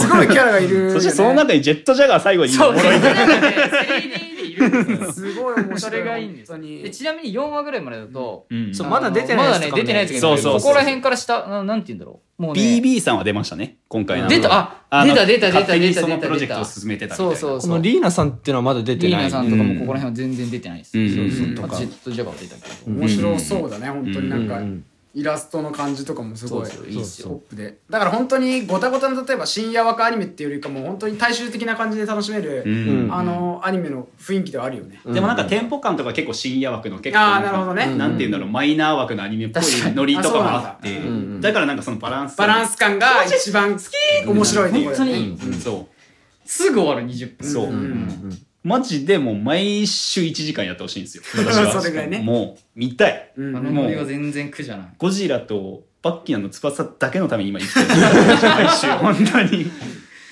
Speaker 3: ごいキャラがいるよね
Speaker 2: そしてその中にジェットジャガー最後にいるのおもろいんだよ
Speaker 4: なんかね 3D でいるんですよ
Speaker 3: すごい面白い
Speaker 4: それがいいんです
Speaker 3: 本当に
Speaker 4: でちなみに4話ぐらいまでだと
Speaker 2: うん
Speaker 1: そうまだ出てないや
Speaker 4: ま
Speaker 1: つと
Speaker 4: だね
Speaker 1: かもね
Speaker 4: 出てないやつがいる
Speaker 2: そうそうそう
Speaker 4: ここら辺から下ななんて言うんだろうもうね
Speaker 2: BB さんは出ましたね今回の
Speaker 4: 出たあ
Speaker 2: の
Speaker 4: 出た出た出た
Speaker 2: 勝手に
Speaker 4: 出た
Speaker 2: その
Speaker 4: 出た
Speaker 2: プロジェクトを進めてたみたい
Speaker 4: そ
Speaker 2: な
Speaker 4: うそう
Speaker 1: こ
Speaker 4: そ
Speaker 1: の
Speaker 4: う
Speaker 1: リーナさんっていうのはまだ出て
Speaker 4: リー
Speaker 1: ない
Speaker 4: ナさんとかもここら辺は全然出てないです
Speaker 2: うん
Speaker 4: そうそう
Speaker 2: うん
Speaker 4: とかジェットジャガーは出たけど
Speaker 3: 面白そうだね本当になん
Speaker 1: う
Speaker 3: か
Speaker 1: んうん
Speaker 3: イラストの感じとかもすごい
Speaker 4: そうそういいっすよ
Speaker 3: ポップでだから本当にごたごたの例えば深夜枠アニメっていうよりかも本当に大衆的な感じで楽しめ
Speaker 2: う
Speaker 3: る
Speaker 2: ん
Speaker 3: あのアニメの雰囲気ではあるよね
Speaker 2: でもなんかテンポ感とか結構深夜枠の結構
Speaker 3: あーなるほどね
Speaker 2: なんて言うんだろうマイナー枠のアニメっぽいノリとかもあって
Speaker 1: かに
Speaker 3: 確
Speaker 1: あそうなんだうん
Speaker 2: だからなんかそのバランス
Speaker 3: バランス感が一番面白いところだ
Speaker 4: 本当
Speaker 3: よ
Speaker 4: にいい
Speaker 3: ね
Speaker 2: うんそう
Speaker 4: すぐ終わる20分
Speaker 2: そう、マジでもう毎週1時間やってほしいんですよ私は
Speaker 3: それぐらいね
Speaker 2: もう見たい、
Speaker 4: あの
Speaker 2: も
Speaker 4: ノリは
Speaker 2: う
Speaker 4: 全然苦じゃない
Speaker 2: ゴジラとバッキーナの翼だけのために今生きてる毎週本当に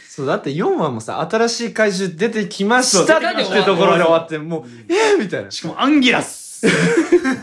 Speaker 1: そうだって4話もさ新しい怪獣出てきましたって
Speaker 4: そう出てきました
Speaker 1: ところで終わってもうえーみたいな
Speaker 2: しかもアンギラス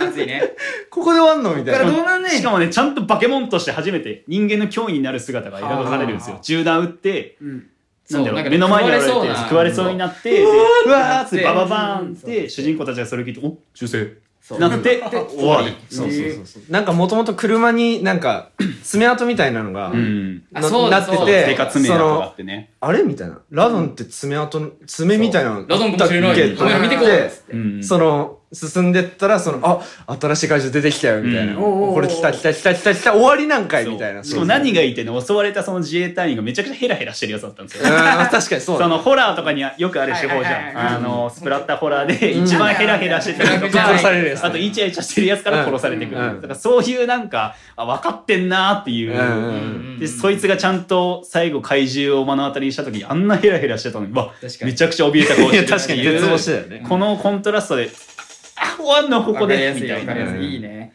Speaker 4: 熱いね
Speaker 1: ここで終わんのみたいな
Speaker 3: うなん
Speaker 2: しかもねちゃんとバケモンとして初めて人間の脅威になる姿が描かれるんですよ
Speaker 3: はあ
Speaker 2: 銃弾撃って
Speaker 3: うん
Speaker 2: なんだ
Speaker 4: そうなん
Speaker 2: ろう
Speaker 4: か
Speaker 2: 目の前に現れて
Speaker 4: 食われそうな
Speaker 2: 食われそうになってでうわーってバババーンっ
Speaker 3: う
Speaker 2: て主人公たちがそれ聞いてお修正なって終わり
Speaker 1: そうそうそうそうなんかもともと車になん か爪痕みたいなのが
Speaker 2: うん
Speaker 1: な
Speaker 4: あそうだ
Speaker 1: なって
Speaker 4: そうだ
Speaker 2: 生
Speaker 1: て
Speaker 2: 活面
Speaker 1: そ
Speaker 2: だとかあ
Speaker 1: の
Speaker 2: ってね
Speaker 1: あれみたいなラドンって爪痕爪みたいなの
Speaker 4: ラドンかもしれな
Speaker 1: あ
Speaker 4: い
Speaker 1: ったっけと
Speaker 4: カメラ見てこう
Speaker 1: 思
Speaker 4: っつって
Speaker 2: うん
Speaker 1: その進んでったらそのあ新しい怪獣出てきたよみたいな、
Speaker 2: うん
Speaker 3: おー
Speaker 1: これ来た来た来た来た来た終わりなんかい
Speaker 2: そう
Speaker 1: みたいな
Speaker 2: しかも何がいいってね襲われたその自衛隊員がめちゃくちゃヘラヘラしてるやつだったんですよ
Speaker 1: うん確かにそうだ
Speaker 2: そのホラーとかによくある手法じ
Speaker 3: はいはいは
Speaker 2: ゃんあのスプラッタホラーで一番ヘラヘラしてたり
Speaker 4: め
Speaker 2: と
Speaker 4: ちゃ
Speaker 2: か
Speaker 4: くちゃ
Speaker 1: 殺されるやつ
Speaker 2: あとイチャイチャしてるやつから殺されてくる
Speaker 1: うんうん
Speaker 2: だからそういうなんかあ分かってんなーっていうう、
Speaker 1: んうんう
Speaker 4: うん
Speaker 1: ん
Speaker 2: でそいつがちゃんと最後怪獣を目の当たりにした時にあんなヘラヘラしてたのにうわ
Speaker 4: 確かに
Speaker 2: めちゃくちゃ怯えた顔してるっていう
Speaker 1: いや確かに絶望してたよね
Speaker 2: このコントラストで「あ終わんのここで」みたいな
Speaker 4: わかりやすいいいね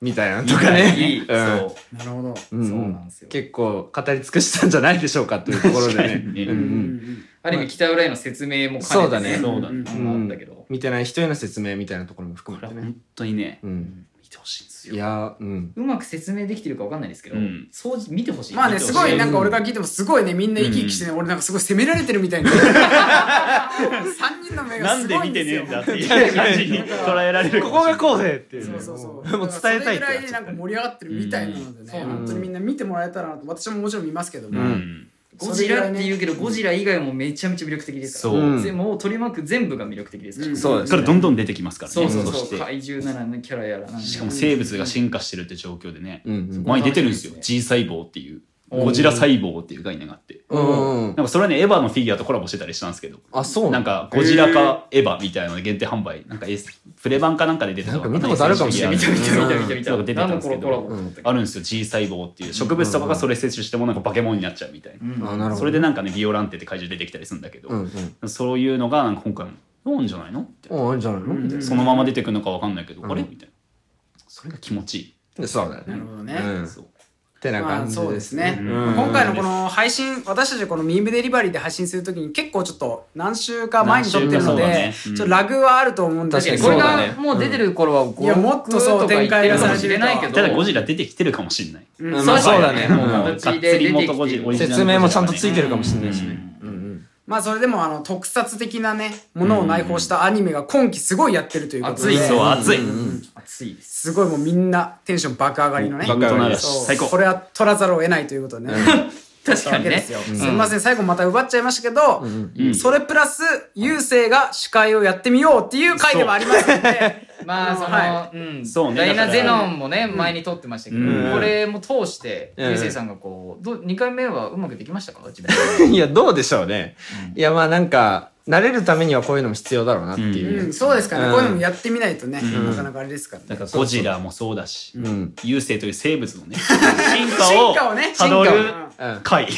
Speaker 1: みたいなのとかね
Speaker 2: いい
Speaker 1: うん
Speaker 2: そ
Speaker 3: なるほど。
Speaker 1: うん
Speaker 4: そうなんですよ
Speaker 1: 結構語り尽くしたんじゃないでしょうかというところでね
Speaker 2: 確かにね
Speaker 1: うん
Speaker 3: う
Speaker 1: うん
Speaker 3: うんん
Speaker 4: ある意味北浦への説明も兼ねて
Speaker 1: そうだね
Speaker 2: うそうだね
Speaker 4: あのあったけど
Speaker 1: 見てない人への説明みたいなところも含
Speaker 2: これ
Speaker 1: めて
Speaker 2: は
Speaker 1: ね
Speaker 2: 本当にね
Speaker 1: うん
Speaker 2: 見てほしいんですよ
Speaker 1: いやーうん
Speaker 4: うまく説明できてるかわかんないですけど
Speaker 2: うん
Speaker 4: 掃除見てほしい
Speaker 3: まあね、すごい、なんか俺から聞いても、すごいね、みんな生き生きしてね、俺なんかすごい責められてるみたいな。三人の目が
Speaker 2: なん
Speaker 3: す
Speaker 2: で
Speaker 3: ご
Speaker 2: 見
Speaker 3: いん
Speaker 2: て
Speaker 3: です
Speaker 2: ねえん。だ
Speaker 3: よ
Speaker 2: っていう感じに捉えられる
Speaker 1: ここがこうでっていう
Speaker 3: そ
Speaker 1: ね
Speaker 3: うそうそ う。
Speaker 1: もう伝えたいって
Speaker 3: それぐらいなんか盛り上がってるみたいなのでね、
Speaker 4: うん
Speaker 3: 本当にみんな見てもらえたらなと、私ももちろん見ますけど
Speaker 2: う
Speaker 3: も。
Speaker 2: ん
Speaker 4: ゴジラって言うけどゴジラ以外もめちゃめちゃ魅力的ですから
Speaker 2: そう
Speaker 1: うん
Speaker 4: 全もう取り巻く全部が魅力的ですから
Speaker 1: そうです
Speaker 2: からどんどん出てきますから
Speaker 4: そ
Speaker 2: ね
Speaker 4: うそう
Speaker 2: そし
Speaker 4: そう
Speaker 2: て
Speaker 4: 怪獣ならぬキャラやらなんやら
Speaker 2: しかも生物が進化してるって状況でね
Speaker 1: うんうん
Speaker 2: 前に出てるんですよ
Speaker 4: うん
Speaker 2: G 細胞っていうゴジラ細胞っていう概念があって
Speaker 1: うんうん
Speaker 2: なんかそれはねエヴァのフィギュアとコラボしてたりしたんですけど
Speaker 1: あそう
Speaker 2: なんかゴジラかエヴァみたいなの限定販売なんかエスプレ版かなんかで出てた
Speaker 1: なんか見たことあるかもしれない
Speaker 4: 見た見た見た見た見
Speaker 2: そう出
Speaker 4: た
Speaker 2: てた
Speaker 4: 何
Speaker 2: ん
Speaker 4: の
Speaker 2: です
Speaker 4: コ
Speaker 2: け
Speaker 4: ロ
Speaker 2: ど
Speaker 4: コラボだったっけ
Speaker 2: あるんですよ G 細胞っていう植物とかがそれ摂取してもなんか化け物になっちゃうみたいな、
Speaker 4: うん
Speaker 1: あなるほど
Speaker 2: それでなんかねビオランテって怪獣出てきたりするんだけど、
Speaker 1: うんうん
Speaker 2: そういうのがなんか今回も「どうなんじゃないの?」って、
Speaker 1: おあるんじゃないのみたい
Speaker 2: そのまま出てくるのかわかんないけど、
Speaker 1: ん
Speaker 2: あれみたいなそれが気持ちいい、
Speaker 1: なそうだよね
Speaker 3: なるほどね
Speaker 1: うんっ
Speaker 2: そう
Speaker 1: てな
Speaker 3: ま
Speaker 1: 感
Speaker 3: あ、
Speaker 1: じ
Speaker 3: そう
Speaker 1: で
Speaker 3: ですす
Speaker 1: ね
Speaker 3: ね、
Speaker 2: うん
Speaker 3: 今回のこの配信私たちこのミームデリバリーで配信するときに結構ちょっと何週か前に撮ってるので、
Speaker 2: 何
Speaker 3: ち
Speaker 2: 週かそうだねう
Speaker 3: ょ
Speaker 2: ん
Speaker 3: っとラグはあると思うんです
Speaker 1: 確
Speaker 3: け
Speaker 1: かに
Speaker 4: こ
Speaker 3: ど
Speaker 1: そうだ
Speaker 4: れ
Speaker 1: ね
Speaker 4: がもう出てる頃は
Speaker 3: いやもっとそう
Speaker 4: 5
Speaker 3: 展開がされて
Speaker 4: 言
Speaker 3: る
Speaker 4: ってるかもしれな
Speaker 3: と
Speaker 4: いけど
Speaker 2: ただゴジラ出てきてるかもしれない、
Speaker 3: うん
Speaker 1: うん
Speaker 3: そ
Speaker 1: ま
Speaker 3: う
Speaker 1: あ
Speaker 3: そう
Speaker 1: そうだね
Speaker 2: もう
Speaker 1: うん
Speaker 2: がっつり元ゴジラオリジナル
Speaker 1: 説明もちゃんとついてるかもしれないしね
Speaker 2: うん
Speaker 1: うんうん
Speaker 3: まあそれでもあの特撮的なねものを内包したアニメが今期すごいやってるということで、
Speaker 4: 熱い
Speaker 2: そう熱い、
Speaker 4: 熱いです
Speaker 3: すごいもうみんなテンション爆上がりのね
Speaker 2: 爆上がりです
Speaker 3: そう
Speaker 2: 最高
Speaker 3: これは取らざるを得ないということでね、
Speaker 4: 確かにね
Speaker 3: すみません、最後また奪っちゃいましたけど、
Speaker 2: うん
Speaker 3: それプラス、優勢が司会をやってみようっていう回でもありますので、
Speaker 4: まあその、
Speaker 3: は
Speaker 4: うん
Speaker 2: そうね
Speaker 4: ダイ
Speaker 2: だ
Speaker 4: ナ
Speaker 2: か
Speaker 4: ゼ
Speaker 2: ら
Speaker 4: ノンもね、前に撮ってましたけど、
Speaker 2: うん
Speaker 4: これも通して
Speaker 1: うん
Speaker 4: 流星、さんがこうどう2回目はうまくできましたか自分 で
Speaker 1: いやどうでしょうねいやまあなんか慣れるためにはこういうのも必要だろうなっていう
Speaker 3: う
Speaker 1: ね
Speaker 3: ん、そうですかね、
Speaker 1: うん
Speaker 3: こういうのもやってみないとね、なかなかあれですから
Speaker 2: だ
Speaker 3: ね。
Speaker 2: からゴジラもそうだし
Speaker 1: ん
Speaker 2: 優勢という生物のね
Speaker 3: 進
Speaker 2: 進
Speaker 3: 化
Speaker 2: 化
Speaker 3: を
Speaker 2: を
Speaker 3: ね
Speaker 2: たどる
Speaker 3: 進化を
Speaker 1: うん
Speaker 2: 回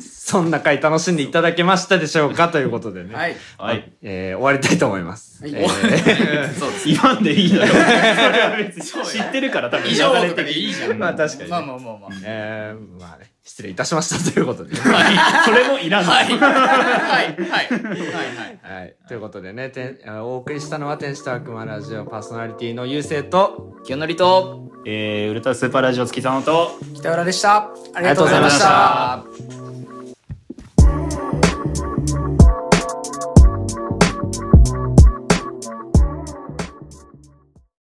Speaker 1: そんな回楽しんでいただけましたでしょうかということでね、
Speaker 3: はい。
Speaker 2: はい
Speaker 1: えー終わりたいと思います。
Speaker 3: はい
Speaker 1: えー
Speaker 4: そうです
Speaker 2: 言わんでいいだろそれは別に知ってるから多分
Speaker 4: 以上
Speaker 2: 流
Speaker 4: と
Speaker 2: れ
Speaker 4: か
Speaker 2: て
Speaker 4: でいいじゃん
Speaker 1: まあ確かに、
Speaker 4: まあまあまあまあ
Speaker 1: えーまあね、失礼いたしましたということで、ね
Speaker 2: はいそれもいらない
Speaker 4: はいはいはい はい
Speaker 1: はい、ということでねてんあお送りしたのは「天使と悪魔ラジオ」パーソナリティの優勢と
Speaker 4: 清則と
Speaker 2: えー、ウルトラスーパーラジオ月さんと
Speaker 3: 北浦でした。ありがとうございまし
Speaker 1: ありがとうございましたた。
Speaker 4: あ